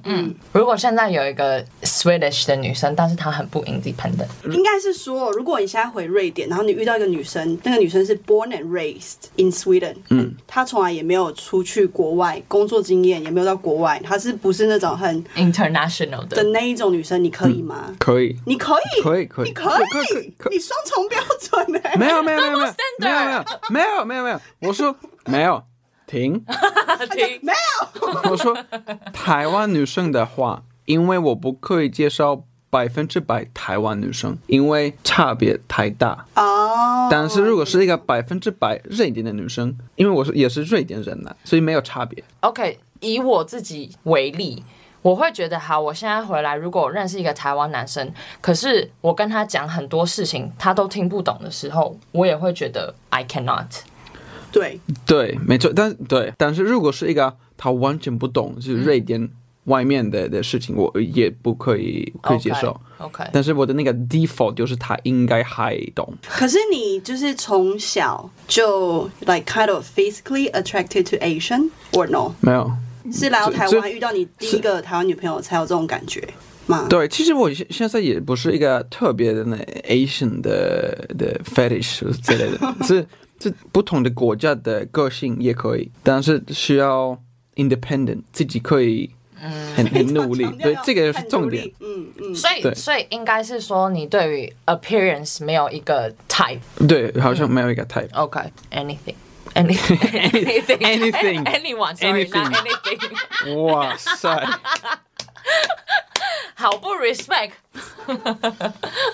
[SPEAKER 3] 如果现在有一个 Swedish 的女生，但是她很不 independent，
[SPEAKER 4] 应该是说，如果你现在回瑞典，然后你遇到一个女生，那个女生是 born and raised in Sweden，嗯，她从来也没有出去国外工作经验，也没有到国外，她是不是那种很
[SPEAKER 3] international
[SPEAKER 4] 的
[SPEAKER 3] 的。
[SPEAKER 4] 那一种女生？你可以吗？
[SPEAKER 2] 可以，
[SPEAKER 4] 你可以，
[SPEAKER 2] 嗯可以可以
[SPEAKER 4] 你可
[SPEAKER 2] 可以可以
[SPEAKER 4] 以
[SPEAKER 2] 可，以
[SPEAKER 4] 你双重标准哎、
[SPEAKER 2] 没有没有没有没有没
[SPEAKER 3] standard
[SPEAKER 2] 有没有没有没有没有，我说没有，停，
[SPEAKER 3] 听
[SPEAKER 4] 没有，
[SPEAKER 2] 我说台湾女生的话，因为我不可以介绍百分之百台湾女生，因为差别太大。
[SPEAKER 4] 哦，
[SPEAKER 2] 但是如果是一个百分之百瑞典的女生，因为我是也是瑞典人呢，所以没有差别。
[SPEAKER 3] OK，以我自己为例。我会觉得好，我现在回来，如果我认识一个台湾男生，可是我跟他讲很多事情，他都听不懂的时候，我也会觉得 I cannot。
[SPEAKER 4] 对，
[SPEAKER 2] 对，没错。但对，但是如果是一个她完全不懂就是瑞典外面的的事情，我也不可以可以接受。
[SPEAKER 3] OK，,
[SPEAKER 2] 但是我的那个 default 就是她应该还懂。
[SPEAKER 4] 可是你就是从小就 like kind of physically attracted to Asian or no？
[SPEAKER 2] 没有，
[SPEAKER 4] 是来到
[SPEAKER 2] 这
[SPEAKER 4] 台
[SPEAKER 2] 这
[SPEAKER 4] 湾遇到你第一个台湾女朋友才有这种感觉吗？
[SPEAKER 2] 对，其实我现现在也不是一个特别的那 Asian 的的 fetish 之类 的，是是不同的国家的个性也可以，但是需要 independent，自己可以很很努力
[SPEAKER 4] 嗯 强，调
[SPEAKER 2] 对，
[SPEAKER 4] 要
[SPEAKER 2] 这个是
[SPEAKER 4] 很
[SPEAKER 2] 重
[SPEAKER 4] 努
[SPEAKER 2] 点
[SPEAKER 4] 力。。嗯嗯，
[SPEAKER 3] 所
[SPEAKER 2] 对
[SPEAKER 3] 以所以应该是说你对于 appearance 没有一个 type。
[SPEAKER 2] 对，好像没有一个 type。
[SPEAKER 3] OK，anything。Anything, anything,
[SPEAKER 2] Anything.
[SPEAKER 3] anyone, sorry, not anything.
[SPEAKER 2] 哇塞，
[SPEAKER 3] 好不 respect。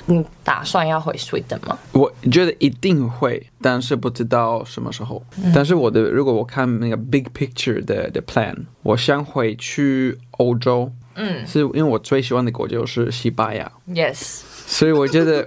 [SPEAKER 3] 你打算要回 Sweden 吗？
[SPEAKER 2] 我觉得一定会，但是不知道什么时候。
[SPEAKER 4] 嗯
[SPEAKER 2] 但是我的，如果我看那个 big picture 的的 plan，我想回去欧洲。嗯，是因为我最喜欢的国家就是西班牙。
[SPEAKER 3] Yes，
[SPEAKER 2] 所以我觉 得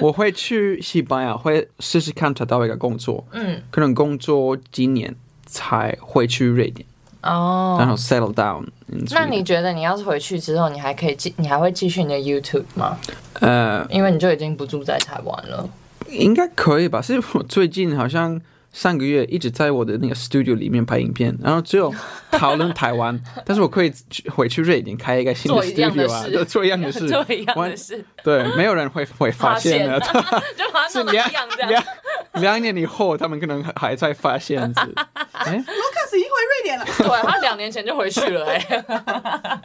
[SPEAKER 2] 我会去西班牙，会试试看找到一个工作。嗯，可能工作几年才会去瑞典，
[SPEAKER 3] 哦、
[SPEAKER 2] 然后 settle down in Sweden。
[SPEAKER 3] 那你觉得你要是回去之后，你还可以继，你还会继续你的 YouTube 吗？
[SPEAKER 2] 呃，
[SPEAKER 3] 因为你就已经不住在台湾了。
[SPEAKER 2] 应该可以吧？是我最近好像上个月一直在我的那个 studio 里面拍影片，然后只有讨论台 湾，但是我可以去回去瑞典开一个新的
[SPEAKER 3] 做一样的
[SPEAKER 2] studio 啊，
[SPEAKER 3] 事
[SPEAKER 2] 对做一样的事，
[SPEAKER 3] 做一样的
[SPEAKER 2] 完
[SPEAKER 3] 事，
[SPEAKER 2] 对，没有人会会发现的。
[SPEAKER 3] 就把它
[SPEAKER 2] 是
[SPEAKER 3] 弄得
[SPEAKER 2] 两
[SPEAKER 3] 一样这
[SPEAKER 2] 两
[SPEAKER 3] 样。
[SPEAKER 2] 两年以后，他们可能还还在发现子。 哎，
[SPEAKER 4] 克斯已经回瑞典了。
[SPEAKER 3] 对他两年前就回去 了、哎，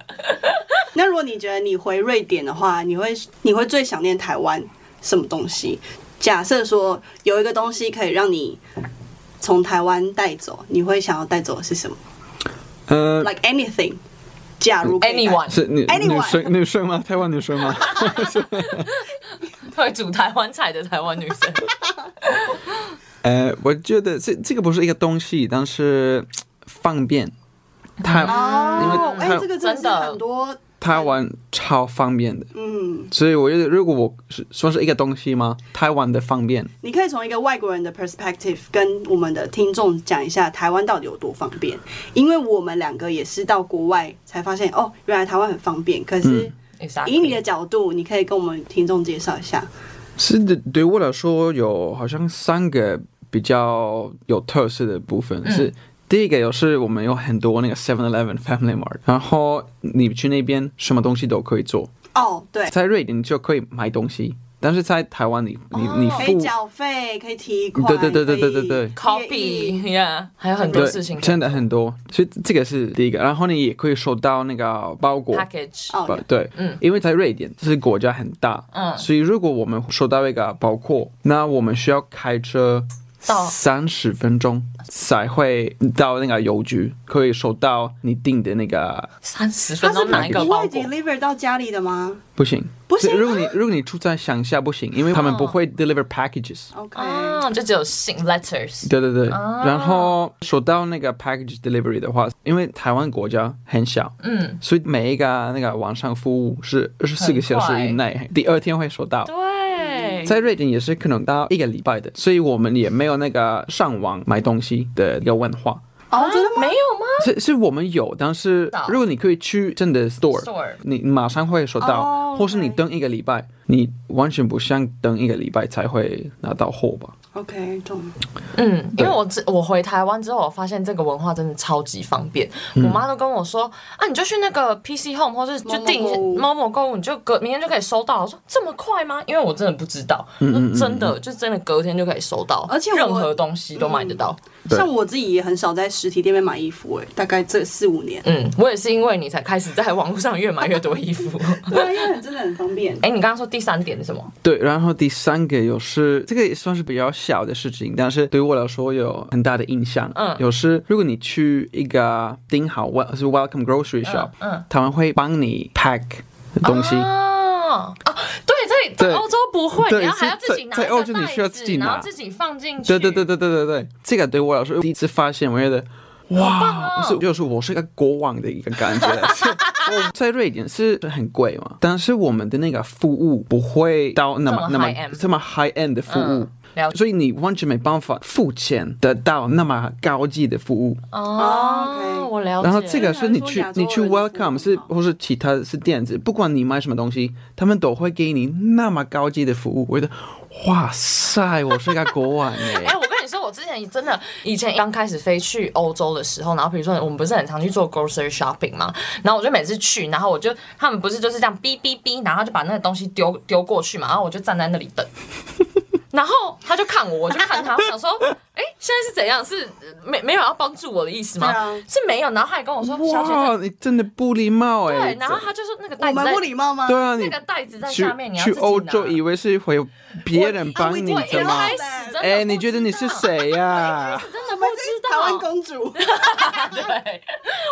[SPEAKER 4] 那如果你觉得你回瑞典的话，你会你会最想念台湾什么东西？假设说有一个东西可以让你从台湾带走，你会想要带走的是什么
[SPEAKER 2] 呃，
[SPEAKER 4] ？Like anything？假如可以带
[SPEAKER 3] anyone
[SPEAKER 2] 是女
[SPEAKER 4] Anyone
[SPEAKER 2] 女生女生吗？台湾女生 吗？
[SPEAKER 3] 会煮台湾菜的台湾女 生。
[SPEAKER 2] 呃，我觉得这这个不是一个东西，但是方便。台
[SPEAKER 4] 哦，
[SPEAKER 2] 因为
[SPEAKER 4] 哎、
[SPEAKER 2] 台
[SPEAKER 4] 这个真的
[SPEAKER 3] 真
[SPEAKER 4] 是
[SPEAKER 3] 的
[SPEAKER 4] 很多，
[SPEAKER 2] 台湾超方便的，
[SPEAKER 4] 嗯，
[SPEAKER 2] 所以我觉得如果我是说是一个东西吗？台湾的方便，
[SPEAKER 4] 你可以从一个外国人的 perspective 跟我们的听众讲一下台湾到底有多方便，因为我们两个也是到国外才发现，哦，原来台湾很方便。可
[SPEAKER 2] 嗯
[SPEAKER 4] 是以你
[SPEAKER 3] Exactly
[SPEAKER 4] 的角度，你可以跟我们听众介绍一下。
[SPEAKER 2] 是的，对我来说有好像三个比较有特色的部分、
[SPEAKER 4] 嗯
[SPEAKER 2] 是。第一个有是我们有很多那个 Seven Eleven Family Mart，然后你去那边什么东西都可以做，
[SPEAKER 4] 哦，对，
[SPEAKER 2] 在瑞典你就可以买东西，但是在台湾你你你
[SPEAKER 4] 可以
[SPEAKER 2] 付，
[SPEAKER 4] 缴费，可以提款，
[SPEAKER 2] 对对对对对对对
[SPEAKER 3] ，copy yeah，还有很多
[SPEAKER 2] 对
[SPEAKER 3] 事情可以
[SPEAKER 2] 真的很多，所以这个是第一个，然后你也可以收到那个包裹，
[SPEAKER 3] package
[SPEAKER 4] 哦，
[SPEAKER 2] 不对，嗯，因为在瑞典这是国家很大，嗯，所以如果我们收到一个包括，那我们需要开车
[SPEAKER 3] 到
[SPEAKER 2] 三十分钟才会到那个邮局，可以收到你订的那个。
[SPEAKER 3] 三十分
[SPEAKER 4] 它是
[SPEAKER 3] 钟拿一个
[SPEAKER 4] 国
[SPEAKER 3] 包
[SPEAKER 4] 外
[SPEAKER 3] 裹，
[SPEAKER 4] deliver 到家里的吗
[SPEAKER 2] 不行，
[SPEAKER 4] 不行
[SPEAKER 2] 如果你如果你住在乡下不行，因为他们
[SPEAKER 3] 啊哦
[SPEAKER 2] 不会 deliver packages。
[SPEAKER 4] ？OK，哦
[SPEAKER 3] 啊，就只有信 letters，
[SPEAKER 2] 对对对，
[SPEAKER 3] 哦
[SPEAKER 2] 然后说到那个 package delivery 的话，因为台湾国家很小，
[SPEAKER 3] 嗯，
[SPEAKER 2] 所以每一个那个网上服务是二十四个小时以内，第二天会收到。
[SPEAKER 3] 对，
[SPEAKER 2] 在瑞典也是可能到一个礼拜的，所以我们也没有那个上网买东西的一个文化。
[SPEAKER 4] 哦，真的吗？
[SPEAKER 3] 没有吗？
[SPEAKER 2] 是是我们有，但是
[SPEAKER 3] 到
[SPEAKER 2] 如果你可以去真的 store，,
[SPEAKER 3] Store
[SPEAKER 2] 你马上会收到
[SPEAKER 4] 哦
[SPEAKER 2] 或是你
[SPEAKER 4] OK
[SPEAKER 2] 等一个礼拜，你完全不像等一个礼拜才会拿到货吧？
[SPEAKER 4] OK，懂。
[SPEAKER 3] 嗯，因
[SPEAKER 2] 对
[SPEAKER 3] 为我之我回台湾之后，我发现这个文化真的超级方便。
[SPEAKER 2] 嗯
[SPEAKER 3] 我妈都跟我说啊，你就去那个 PC Home 或是就订某某购物，你就隔明天就可以收到。我说这么快吗？因为我真的不知道，
[SPEAKER 2] 嗯
[SPEAKER 3] 我说真的就真的隔天就可以收到，
[SPEAKER 4] 而且我
[SPEAKER 3] 任何东西都买得到。
[SPEAKER 2] 对
[SPEAKER 4] 像我自己也很少在实体店面买衣服、欸，大概这四五年。
[SPEAKER 3] 嗯，我也是因为你才开始在网络上越买越多衣服。
[SPEAKER 4] 对啊，因为真的很方便。
[SPEAKER 3] 哎、你刚刚说第三点是什么？
[SPEAKER 2] 对，然后第三个有是这个也算是比较小的事情，但是对于我来说有很大的印象。
[SPEAKER 3] 嗯
[SPEAKER 2] 有时如果你去一个订好 wel 是 welcome grocery shop，
[SPEAKER 3] 嗯嗯
[SPEAKER 2] 他们会帮你 pack 东西。
[SPEAKER 3] 哦哦，对，这里
[SPEAKER 2] 对
[SPEAKER 3] 在欧洲不会，
[SPEAKER 2] 对
[SPEAKER 3] 你要还要
[SPEAKER 2] 是
[SPEAKER 3] 自己拿
[SPEAKER 2] 在
[SPEAKER 3] 一
[SPEAKER 2] 在
[SPEAKER 3] 个
[SPEAKER 2] 欧洲你需要
[SPEAKER 3] 袋
[SPEAKER 2] 自
[SPEAKER 3] 子，
[SPEAKER 2] 己拿
[SPEAKER 3] 然后自己放进去。
[SPEAKER 2] 对对对对对对对，这个对我来说第一次发现，我觉得哇，
[SPEAKER 3] 哦
[SPEAKER 2] 是就是我是个国王的一个 感觉。是我在瑞典是很贵嘛，但是我们的那个服务不会到那么
[SPEAKER 3] 这么
[SPEAKER 2] 那么
[SPEAKER 3] high end
[SPEAKER 2] 这么 high end 的服务
[SPEAKER 3] 嗯，了解
[SPEAKER 2] 所以你完全没办法付钱得到那么高级的服务。
[SPEAKER 4] 哦
[SPEAKER 3] 哦，啊
[SPEAKER 4] ，OK
[SPEAKER 3] 我了解。
[SPEAKER 2] 然后这个是你去
[SPEAKER 4] 亚洲
[SPEAKER 2] 你
[SPEAKER 4] 人
[SPEAKER 2] 去
[SPEAKER 4] 的服务
[SPEAKER 2] Welcome 是
[SPEAKER 4] 好
[SPEAKER 2] 或是其他是店子，不管你买什么东西，他们都会给你那么高级的服务。我觉得哇塞，我是个国王哎、
[SPEAKER 3] 哎、我跟你说，我之前真的以前刚开始飞去欧洲的时候，然后比如说我们不是很常去做 grocery shopping 嘛，然后我就每次去，然后我就他们不是就是这样哔哔哔，然后就把那个东西丢丢过去嘛，然后我就站在那 里等。然后他就看我，我就看他，我想说，哎、现在是怎样？是呃没没有要帮助我的意思吗？
[SPEAKER 4] 对啊
[SPEAKER 3] 是没有。然后他还跟我说，小姐，
[SPEAKER 2] 哇，你真的不礼貌哎、
[SPEAKER 3] 对。然后他就说那个
[SPEAKER 4] 我
[SPEAKER 3] 袋子
[SPEAKER 4] 们
[SPEAKER 3] 在
[SPEAKER 4] 不礼貌吗？
[SPEAKER 2] 对
[SPEAKER 3] 那
[SPEAKER 2] 啊，你
[SPEAKER 3] 个袋子在
[SPEAKER 2] 去
[SPEAKER 3] 下面，你要
[SPEAKER 2] 去
[SPEAKER 3] 自己拿。
[SPEAKER 2] 欧洲以为是会有别人帮
[SPEAKER 4] 我
[SPEAKER 2] 你
[SPEAKER 4] 我
[SPEAKER 3] 我一
[SPEAKER 2] 的吗
[SPEAKER 3] 开？始真的
[SPEAKER 2] 哎、
[SPEAKER 3] 不
[SPEAKER 2] 你觉得
[SPEAKER 3] 知
[SPEAKER 2] 你是
[SPEAKER 3] 道
[SPEAKER 2] 谁 呀、
[SPEAKER 3] 真的
[SPEAKER 4] 我
[SPEAKER 3] 不
[SPEAKER 4] 们
[SPEAKER 3] 知
[SPEAKER 4] 是
[SPEAKER 3] 道
[SPEAKER 4] 台湾公主，
[SPEAKER 3] 对，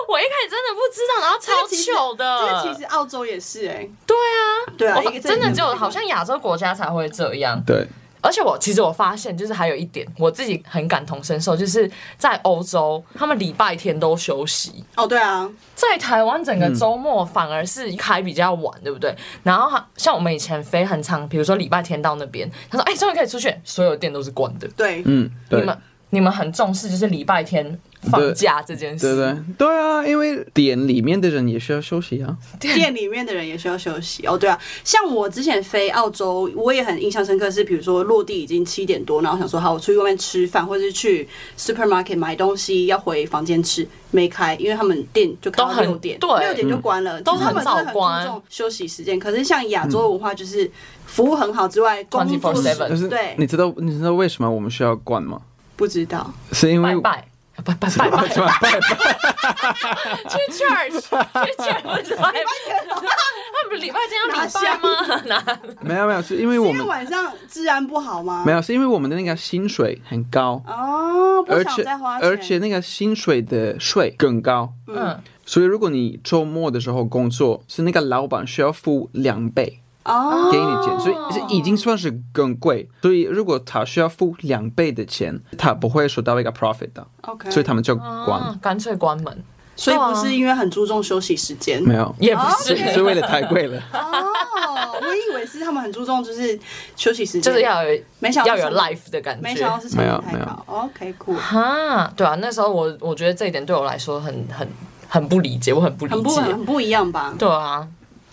[SPEAKER 3] 我一开始真的不知道，然后超
[SPEAKER 4] 这其实
[SPEAKER 3] 糗的。
[SPEAKER 4] 这其实澳洲也是哎、
[SPEAKER 3] 对啊，
[SPEAKER 4] 对啊
[SPEAKER 3] 我
[SPEAKER 4] 一个
[SPEAKER 3] 发
[SPEAKER 4] 这里
[SPEAKER 3] 真的
[SPEAKER 4] 面
[SPEAKER 3] 只有好像亚洲国家才会这样。
[SPEAKER 2] 对，
[SPEAKER 3] 而且我其实我发现，就是还有一点，我自己很感同身受，就是在欧洲，他们礼拜天都休息，
[SPEAKER 4] 哦，对啊，
[SPEAKER 3] 在台湾整
[SPEAKER 2] 嗯
[SPEAKER 3] 个周末反而是开比较晚，对不对？然后像我们以前飞很长，比如说礼拜天到那边，他说：“哎、终于可以出去，所有店都是关的。
[SPEAKER 4] 对，
[SPEAKER 2] 嗯，”
[SPEAKER 3] 你
[SPEAKER 2] 对，
[SPEAKER 3] 们你们很重视就是礼拜天放假这件事，
[SPEAKER 2] 对对对啊，因为点里面的人也需要休息啊。
[SPEAKER 4] 店里面的人也需要休息哦。对啊，像我之前飞澳洲，我也很印象深刻，是比如说落地已经七点多，然后想说好，我出去外面吃饭，或者是去 supermarket 买东西，要回房间吃，没开，因为他们店就开
[SPEAKER 3] 都
[SPEAKER 4] 到
[SPEAKER 3] 很
[SPEAKER 4] 六点，
[SPEAKER 3] 对嗯
[SPEAKER 4] 六点就关了，
[SPEAKER 3] 都
[SPEAKER 4] 就是他们真的很
[SPEAKER 3] 很早关
[SPEAKER 4] 注重休息时间。可是像亚洲文化就是服务很好之外，工作时
[SPEAKER 3] 嗯24/7
[SPEAKER 2] 但是
[SPEAKER 4] 对
[SPEAKER 2] 你知道你知道为什么我们需要关吗？
[SPEAKER 4] 不知道，
[SPEAKER 2] 是因为
[SPEAKER 3] 拜拜。拜拜拜拜！
[SPEAKER 2] 什么拜拜？
[SPEAKER 3] 去 church，去 church 不是拜拜，他们不是礼拜天要礼拜吗？哪？
[SPEAKER 2] 没有没有，是因为我
[SPEAKER 4] 因为
[SPEAKER 2] 们
[SPEAKER 4] 晚上治安不好吗？
[SPEAKER 2] 没有，是因为我们的那个薪水很高，
[SPEAKER 4] 哦，不
[SPEAKER 2] 而
[SPEAKER 4] 想
[SPEAKER 2] 且
[SPEAKER 4] 再花钱，
[SPEAKER 2] 而且那个薪水的税更高，
[SPEAKER 3] 嗯，
[SPEAKER 2] 所以如果你周末的时候工作，是那个老板需要付两倍
[SPEAKER 4] 哦，
[SPEAKER 2] 给你钱，所以是已经算是更贵。所以如果他需要付两倍的钱，他不会收到一个 profit 的，
[SPEAKER 4] OK，
[SPEAKER 2] 所以他们就
[SPEAKER 3] 啊
[SPEAKER 2] 关。
[SPEAKER 3] 干脆关门，
[SPEAKER 4] 所以不
[SPEAKER 3] 对啊
[SPEAKER 4] 是因为很注重休息时间，
[SPEAKER 2] 没有，
[SPEAKER 3] 也不是
[SPEAKER 2] 是，是为了太贵了。
[SPEAKER 4] 哦，我以为是他们很注重就是休息时间，
[SPEAKER 3] 就是要有
[SPEAKER 4] 没想到
[SPEAKER 3] 要
[SPEAKER 4] 是
[SPEAKER 3] 有
[SPEAKER 4] 什么
[SPEAKER 3] life 的感
[SPEAKER 4] 没想到
[SPEAKER 3] 觉。
[SPEAKER 4] 是成本
[SPEAKER 2] 没
[SPEAKER 4] 太
[SPEAKER 2] 有
[SPEAKER 4] 高。OK，酷、
[SPEAKER 3] 哈，对啊，那时候我我觉得这一点对我来说很很很不理解，我很不
[SPEAKER 4] 很
[SPEAKER 3] 理
[SPEAKER 4] 不
[SPEAKER 3] 解。
[SPEAKER 4] 很不一样吧？
[SPEAKER 3] 对啊，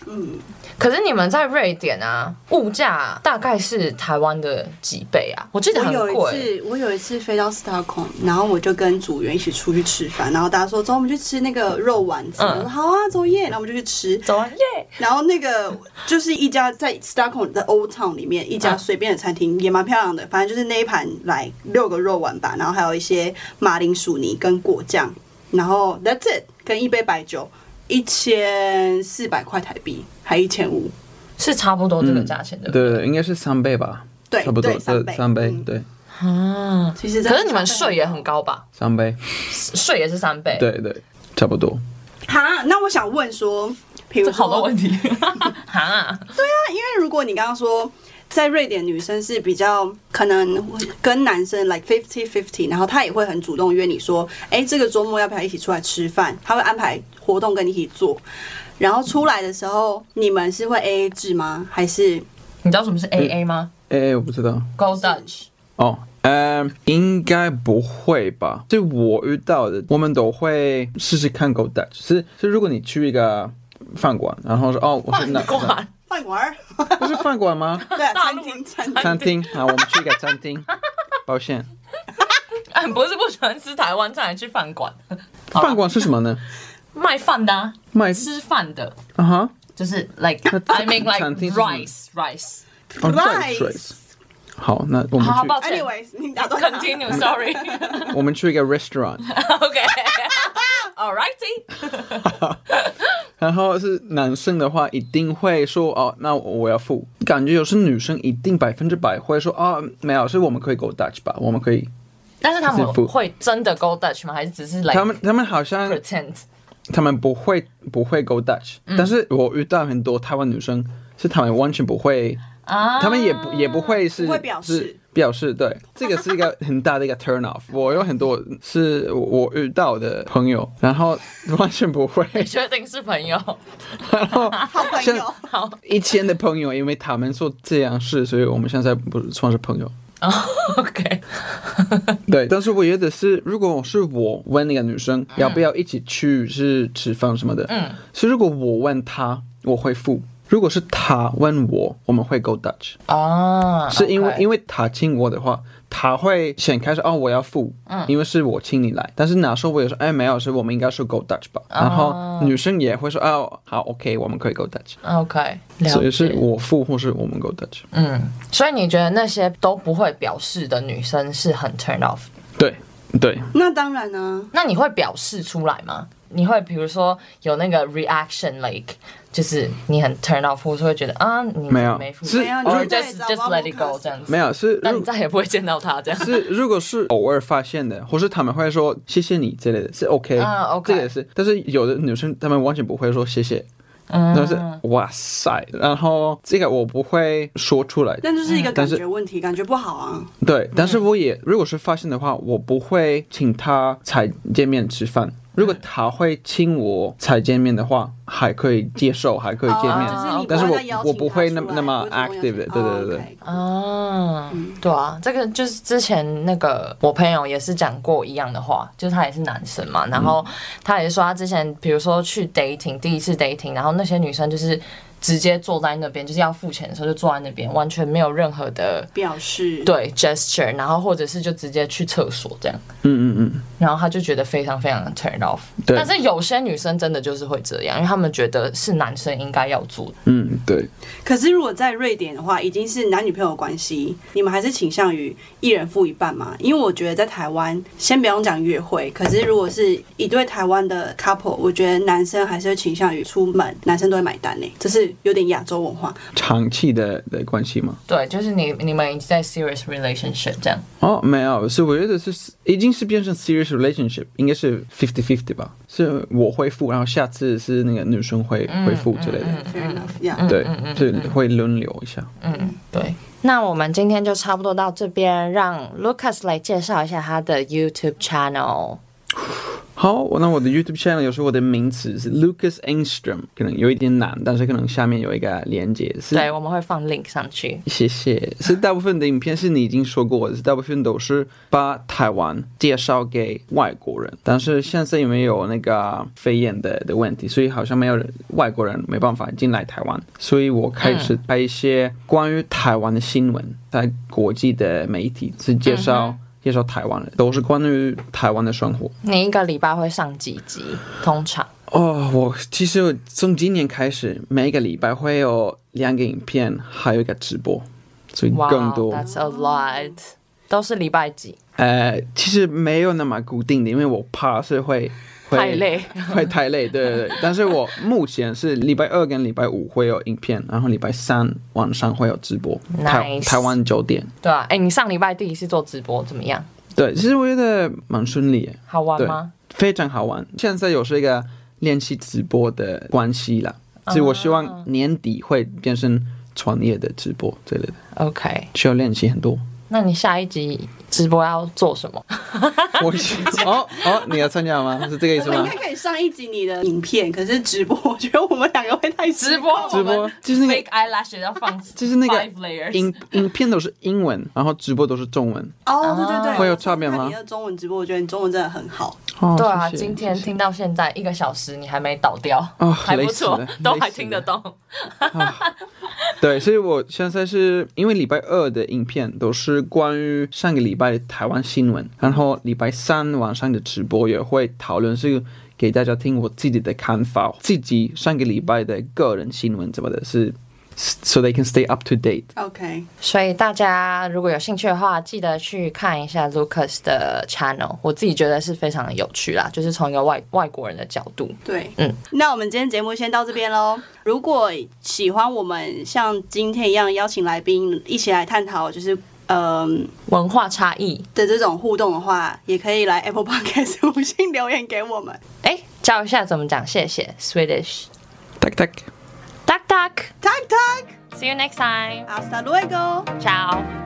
[SPEAKER 4] 嗯，
[SPEAKER 3] 可是你们在瑞典啊，物价大概是台湾的几倍啊？我记得
[SPEAKER 4] 我
[SPEAKER 3] 很贵。
[SPEAKER 4] 有一次，我有一次飞到 Stockholm，然后我就跟组员一起出去吃饭，然后大家说走，我们去吃那个肉丸子，
[SPEAKER 3] 嗯
[SPEAKER 4] 我说好啊，走耶，然后我们就去吃。
[SPEAKER 3] 走啊耶！
[SPEAKER 4] 然后那个就是一家在 Stockholm 的 Old Town 里面一家
[SPEAKER 3] 嗯
[SPEAKER 4] 随便的餐厅，也蛮漂亮的。反正就是那一盘来六个肉丸吧，然后还有一些马铃薯泥跟果酱，然后 That's it，跟一杯白酒，一千四百块台币，还一千五，
[SPEAKER 3] 是差不多这个价钱的。
[SPEAKER 2] 嗯对对，应该是三倍吧，
[SPEAKER 4] 对
[SPEAKER 2] 差不多
[SPEAKER 4] 对三
[SPEAKER 2] 对
[SPEAKER 4] 倍
[SPEAKER 2] 三倍
[SPEAKER 4] 嗯，
[SPEAKER 2] 对。
[SPEAKER 3] 嗯，
[SPEAKER 4] 其实真的
[SPEAKER 3] 可是你们税也很高吧？
[SPEAKER 2] 三杯，
[SPEAKER 3] 税也是三倍。
[SPEAKER 2] 对对，差不多。
[SPEAKER 4] 哈，那我想问说，比如
[SPEAKER 1] 这
[SPEAKER 4] 说
[SPEAKER 1] 好多问题，
[SPEAKER 3] 哈，
[SPEAKER 4] 那因为如果你刚刚说在瑞典女生是比较可能跟男生 like fifty fifty，然后她也会很主动约你说，哎、这个周末要不要一起出来吃饭？她会安排活动跟你一起做。然后出来的时候，你们是会 A A 制吗？还是
[SPEAKER 3] 你知道什么是 AA 吗
[SPEAKER 2] 哎，我不知道。
[SPEAKER 3] ？Go Dutch。
[SPEAKER 2] 哦，嗯，应该不会吧？就我遇到的，我们都会试试看 Go Dutch。是是，如果你去一个饭馆，然后说哦，我是那
[SPEAKER 3] 管
[SPEAKER 4] 饭馆儿？
[SPEAKER 2] 不是饭 馆吗？
[SPEAKER 4] 对啊，
[SPEAKER 3] 大
[SPEAKER 4] 餐
[SPEAKER 3] 陆
[SPEAKER 4] 厅餐厅。
[SPEAKER 2] 餐厅啊，我们去一个餐 厅，抱歉。
[SPEAKER 3] 俺不是不喜欢吃台湾菜，还去饭馆好啦
[SPEAKER 2] 饭馆是什么呢？
[SPEAKER 3] 卖饭的、啊，
[SPEAKER 2] 卖
[SPEAKER 3] 吃饭的，
[SPEAKER 2] 啊哈，
[SPEAKER 3] 就是 like
[SPEAKER 2] 那
[SPEAKER 3] I mean
[SPEAKER 2] 餐厅
[SPEAKER 3] like
[SPEAKER 2] 是什么
[SPEAKER 3] rice rice。
[SPEAKER 2] 哦，再
[SPEAKER 4] Rice
[SPEAKER 2] 水。好，那我们
[SPEAKER 3] 好好，抱
[SPEAKER 2] 去，
[SPEAKER 3] 歉
[SPEAKER 4] Anyways，你打断她。
[SPEAKER 3] ，continue，sorry。
[SPEAKER 2] 我们去一个 restaurant，
[SPEAKER 3] OK，all righty，
[SPEAKER 2] 然后是男生的话，一定会说哦，那我要付。感觉有时女生一定百分之百会说啊、没有，是我们可以 go Dutch 吧，我们可以。
[SPEAKER 3] 但是他
[SPEAKER 2] 是不
[SPEAKER 3] 们会真的 go Dutch 吗？还是只是 like
[SPEAKER 2] 他们他们好像
[SPEAKER 3] pretend？
[SPEAKER 2] 他们不会不会 go Dutch，、但是我遇到很多台湾女生是他们完全不会，
[SPEAKER 3] 啊
[SPEAKER 2] 他们也不也不会是
[SPEAKER 4] 不会表示
[SPEAKER 2] 是表示对，这个是一个很大的一个 turn off。我有很多是我遇到的朋友，然后完全不会，
[SPEAKER 3] 你确定是朋友？
[SPEAKER 2] 然后
[SPEAKER 4] 好朋
[SPEAKER 2] 像
[SPEAKER 4] 友，
[SPEAKER 2] 以前的朋友，因为他们做这样事，所以我们现在不是算是朋友。
[SPEAKER 3] 哦，OK，
[SPEAKER 2] 对，但是我觉得是，如果是我问那个女生要不要一起去是吃饭什么的，嗯，是如果我问她，我会付；如果是她问我，我们会 go Dutch，
[SPEAKER 3] 啊，
[SPEAKER 2] 是因为
[SPEAKER 3] OK
[SPEAKER 2] 因为她请我的话，她会先开始哦我要付，嗯，因为是我请你来，但是那时候我也说哎没有，是我们应该说 go Dutch 吧，然后女生也会说哦好 OK 我们可以 go Dutch，
[SPEAKER 3] OK，了解
[SPEAKER 2] 所以是我付或是我们 go Dutch，
[SPEAKER 3] 嗯，所以你觉得那些都不会表示的女生是很 turn off？
[SPEAKER 2] 对对，
[SPEAKER 4] 那当然啊呢、
[SPEAKER 3] 那你会表示出来吗？你会比如说有那个 reaction like，就是你很 turn off，或是会觉得啊，你
[SPEAKER 2] 没有
[SPEAKER 3] 没付，
[SPEAKER 2] 是
[SPEAKER 4] 没有
[SPEAKER 3] 或者
[SPEAKER 4] 你就
[SPEAKER 3] just
[SPEAKER 4] 对
[SPEAKER 3] just
[SPEAKER 4] 找
[SPEAKER 3] let it
[SPEAKER 4] Bumble
[SPEAKER 3] go 这样子，
[SPEAKER 2] 没有是
[SPEAKER 3] 那
[SPEAKER 2] 如
[SPEAKER 3] 你再也不会见到他这样。
[SPEAKER 2] 是，如果是偶尔发现的，或是他们会说谢谢你之类的，是 OK，、
[SPEAKER 3] 啊，OK
[SPEAKER 2] 这个也是。但是有的女生她们完全不会说谢谢，
[SPEAKER 3] 嗯
[SPEAKER 2] 但是哇塞，然后这个我不会说出来，
[SPEAKER 4] 但就是一个感
[SPEAKER 2] 嗯但是
[SPEAKER 4] 觉问题，感觉不好啊。
[SPEAKER 2] 对。但是我
[SPEAKER 3] 嗯
[SPEAKER 2] 也如果是发现的话，我不会请她才见面吃饭。如果她会请我才见面的话，还可以接受，还可以见面。
[SPEAKER 4] 哦
[SPEAKER 3] 哦
[SPEAKER 4] 就是你
[SPEAKER 2] 但是
[SPEAKER 4] 不
[SPEAKER 2] 我
[SPEAKER 4] 会再邀
[SPEAKER 2] 我
[SPEAKER 4] 请
[SPEAKER 2] 不
[SPEAKER 4] 他
[SPEAKER 2] 会
[SPEAKER 4] 出
[SPEAKER 2] 那
[SPEAKER 4] 来
[SPEAKER 2] 那么
[SPEAKER 4] 不会主动邀
[SPEAKER 2] active 的
[SPEAKER 4] 请
[SPEAKER 2] 对
[SPEAKER 4] 哦
[SPEAKER 2] 对对
[SPEAKER 4] OK
[SPEAKER 3] 啊，对啊，这个就是之前那个我朋友也是讲过一样的话，就是他也是男生嘛，然后他也是说他之前比如说去 dating 第一次 dating，然后那些女生就是直接坐在那边，就是要付钱的时候就坐在那边，完全没有任何的
[SPEAKER 4] 表示
[SPEAKER 3] 对 gesture，然后或者是就直接去厕所这样，
[SPEAKER 2] 嗯嗯嗯，
[SPEAKER 3] 然后他就觉得非常非常的 turn off。
[SPEAKER 2] 对
[SPEAKER 3] 但是有些女生真的就是会这样，因为他们觉得是男生应该要做的。
[SPEAKER 2] 嗯对。
[SPEAKER 4] 可是如果在瑞典的话，已经是男女朋友关系，你们还是倾向于一人付一半吗？因为我觉得在台湾，先不用讲约会，可是如果是一对台湾的 couple，我觉得男生还是会倾向于出门，男生都会买单呢、这是有点亚洲文化。
[SPEAKER 2] 长期的的关系吗？
[SPEAKER 3] 对，就是你你们在 serious relationship 这样。
[SPEAKER 2] 哦，没有，是我觉得是已经是变成 serious relationship，应该是 fifty fifty 吧，是我会付，然后下次是那个女生会会付之类的，
[SPEAKER 4] Fair enough，yeah
[SPEAKER 2] 对，是会轮流一下。
[SPEAKER 3] 嗯，对。那我们今天就差不多到这边，让 Lucas 来介绍一下他的 YouTube
[SPEAKER 2] 嗯
[SPEAKER 3] channel。
[SPEAKER 2] 好，那我的 YouTube channel 有时候我的名词是 Lucas Engstrom，可能有一点难，但是可能下面有一个连接是。
[SPEAKER 3] 对，我们会放 link 上去。
[SPEAKER 2] 谢谢。是大部分的影片是你已经说过的，是大部分都是把台湾介绍给外国人，但是现在因为有那个肺炎的的问题，所以好像没有人外国人没办法进来台湾，所以我开始拍一些关于台湾的新闻，在国际的媒体是介绍、介绍台湾人，都是关于台湾的生活。
[SPEAKER 3] 你一个礼拜会上几集？通常
[SPEAKER 2] 哦，我其实我从今年开始，每个礼拜会有两个影片，还有一个直播，所以更多。
[SPEAKER 3] ，That's a lot，都是礼拜几？
[SPEAKER 2] 呃，其实没有那么固定的，因为我怕是会会
[SPEAKER 3] 太累，
[SPEAKER 2] 会太累。对对对，但是我目前是礼拜二跟礼拜五会有影片，然后礼拜三晚上会有直播
[SPEAKER 3] Nice
[SPEAKER 2] 台台湾九点。
[SPEAKER 3] 对啊，哎、你上礼拜第一次做直播怎么样？
[SPEAKER 2] 对，其实我觉得蛮顺利耶，
[SPEAKER 3] 好玩
[SPEAKER 2] 对
[SPEAKER 3] 吗？
[SPEAKER 2] 非常好玩。现在有是一个练习直播的关系啦，
[SPEAKER 3] 啊
[SPEAKER 2] 所以我希望年底会变成专业的直播之类的，
[SPEAKER 3] OK，
[SPEAKER 2] 需要练习很 多。
[SPEAKER 3] 那你下一集直播要做什么？
[SPEAKER 2] 我哦哦，你要参加吗？是这个意思
[SPEAKER 4] 我应
[SPEAKER 2] 吗
[SPEAKER 4] 该？可以上一集你的影片，可是直播， 我觉得我们两个会太
[SPEAKER 1] 直 播
[SPEAKER 2] 直播就是那
[SPEAKER 1] fake
[SPEAKER 2] 个
[SPEAKER 1] eyelashes 要放，
[SPEAKER 2] 就是那个
[SPEAKER 1] five layers。
[SPEAKER 2] 影影片都是英文，然后直播都是中文。
[SPEAKER 4] 哦，
[SPEAKER 2] 啊
[SPEAKER 4] 对对对，
[SPEAKER 2] 会有差别吗
[SPEAKER 4] 你的中文直播，我觉得你中文真的很好。
[SPEAKER 2] 哦，
[SPEAKER 3] 对啊，
[SPEAKER 2] 谢谢
[SPEAKER 3] 今天
[SPEAKER 2] 谢谢
[SPEAKER 3] 听到现在一个小时，你还没倒掉，
[SPEAKER 2] 哦
[SPEAKER 3] 还不错
[SPEAKER 2] 累死了，
[SPEAKER 3] 都还听得懂。
[SPEAKER 2] 对，所以我现在是因为礼拜二的影片都是关于上个礼拜的台湾新闻，然后礼拜三晚上的直播也会讨论是给大家听我自己的看法，自己上个礼拜的个人新闻怎么的是，so they can stay up to date。
[SPEAKER 4] OK，
[SPEAKER 3] 所以大家如果有兴趣的话，记得去看一下 Lucas 的 channel，我自己觉得是非常的有趣啦，就是从一个外外国人的角度。
[SPEAKER 4] 对，
[SPEAKER 3] 嗯，
[SPEAKER 4] 那我们今天节目先到这边喽。如果喜欢我们像今天一样邀请来宾一起来探讨，就是嗯、
[SPEAKER 3] 文化差异，
[SPEAKER 4] 的这种互动的话，也可以来 Apple Podcast 五星留言给我们。
[SPEAKER 3] 哎，教一下怎么讲谢谢 Swedish。
[SPEAKER 2] Tak tak。
[SPEAKER 3] Duck duck。
[SPEAKER 4] Tak tak，
[SPEAKER 3] See you next time.
[SPEAKER 4] hasta luego。
[SPEAKER 3] Ciao.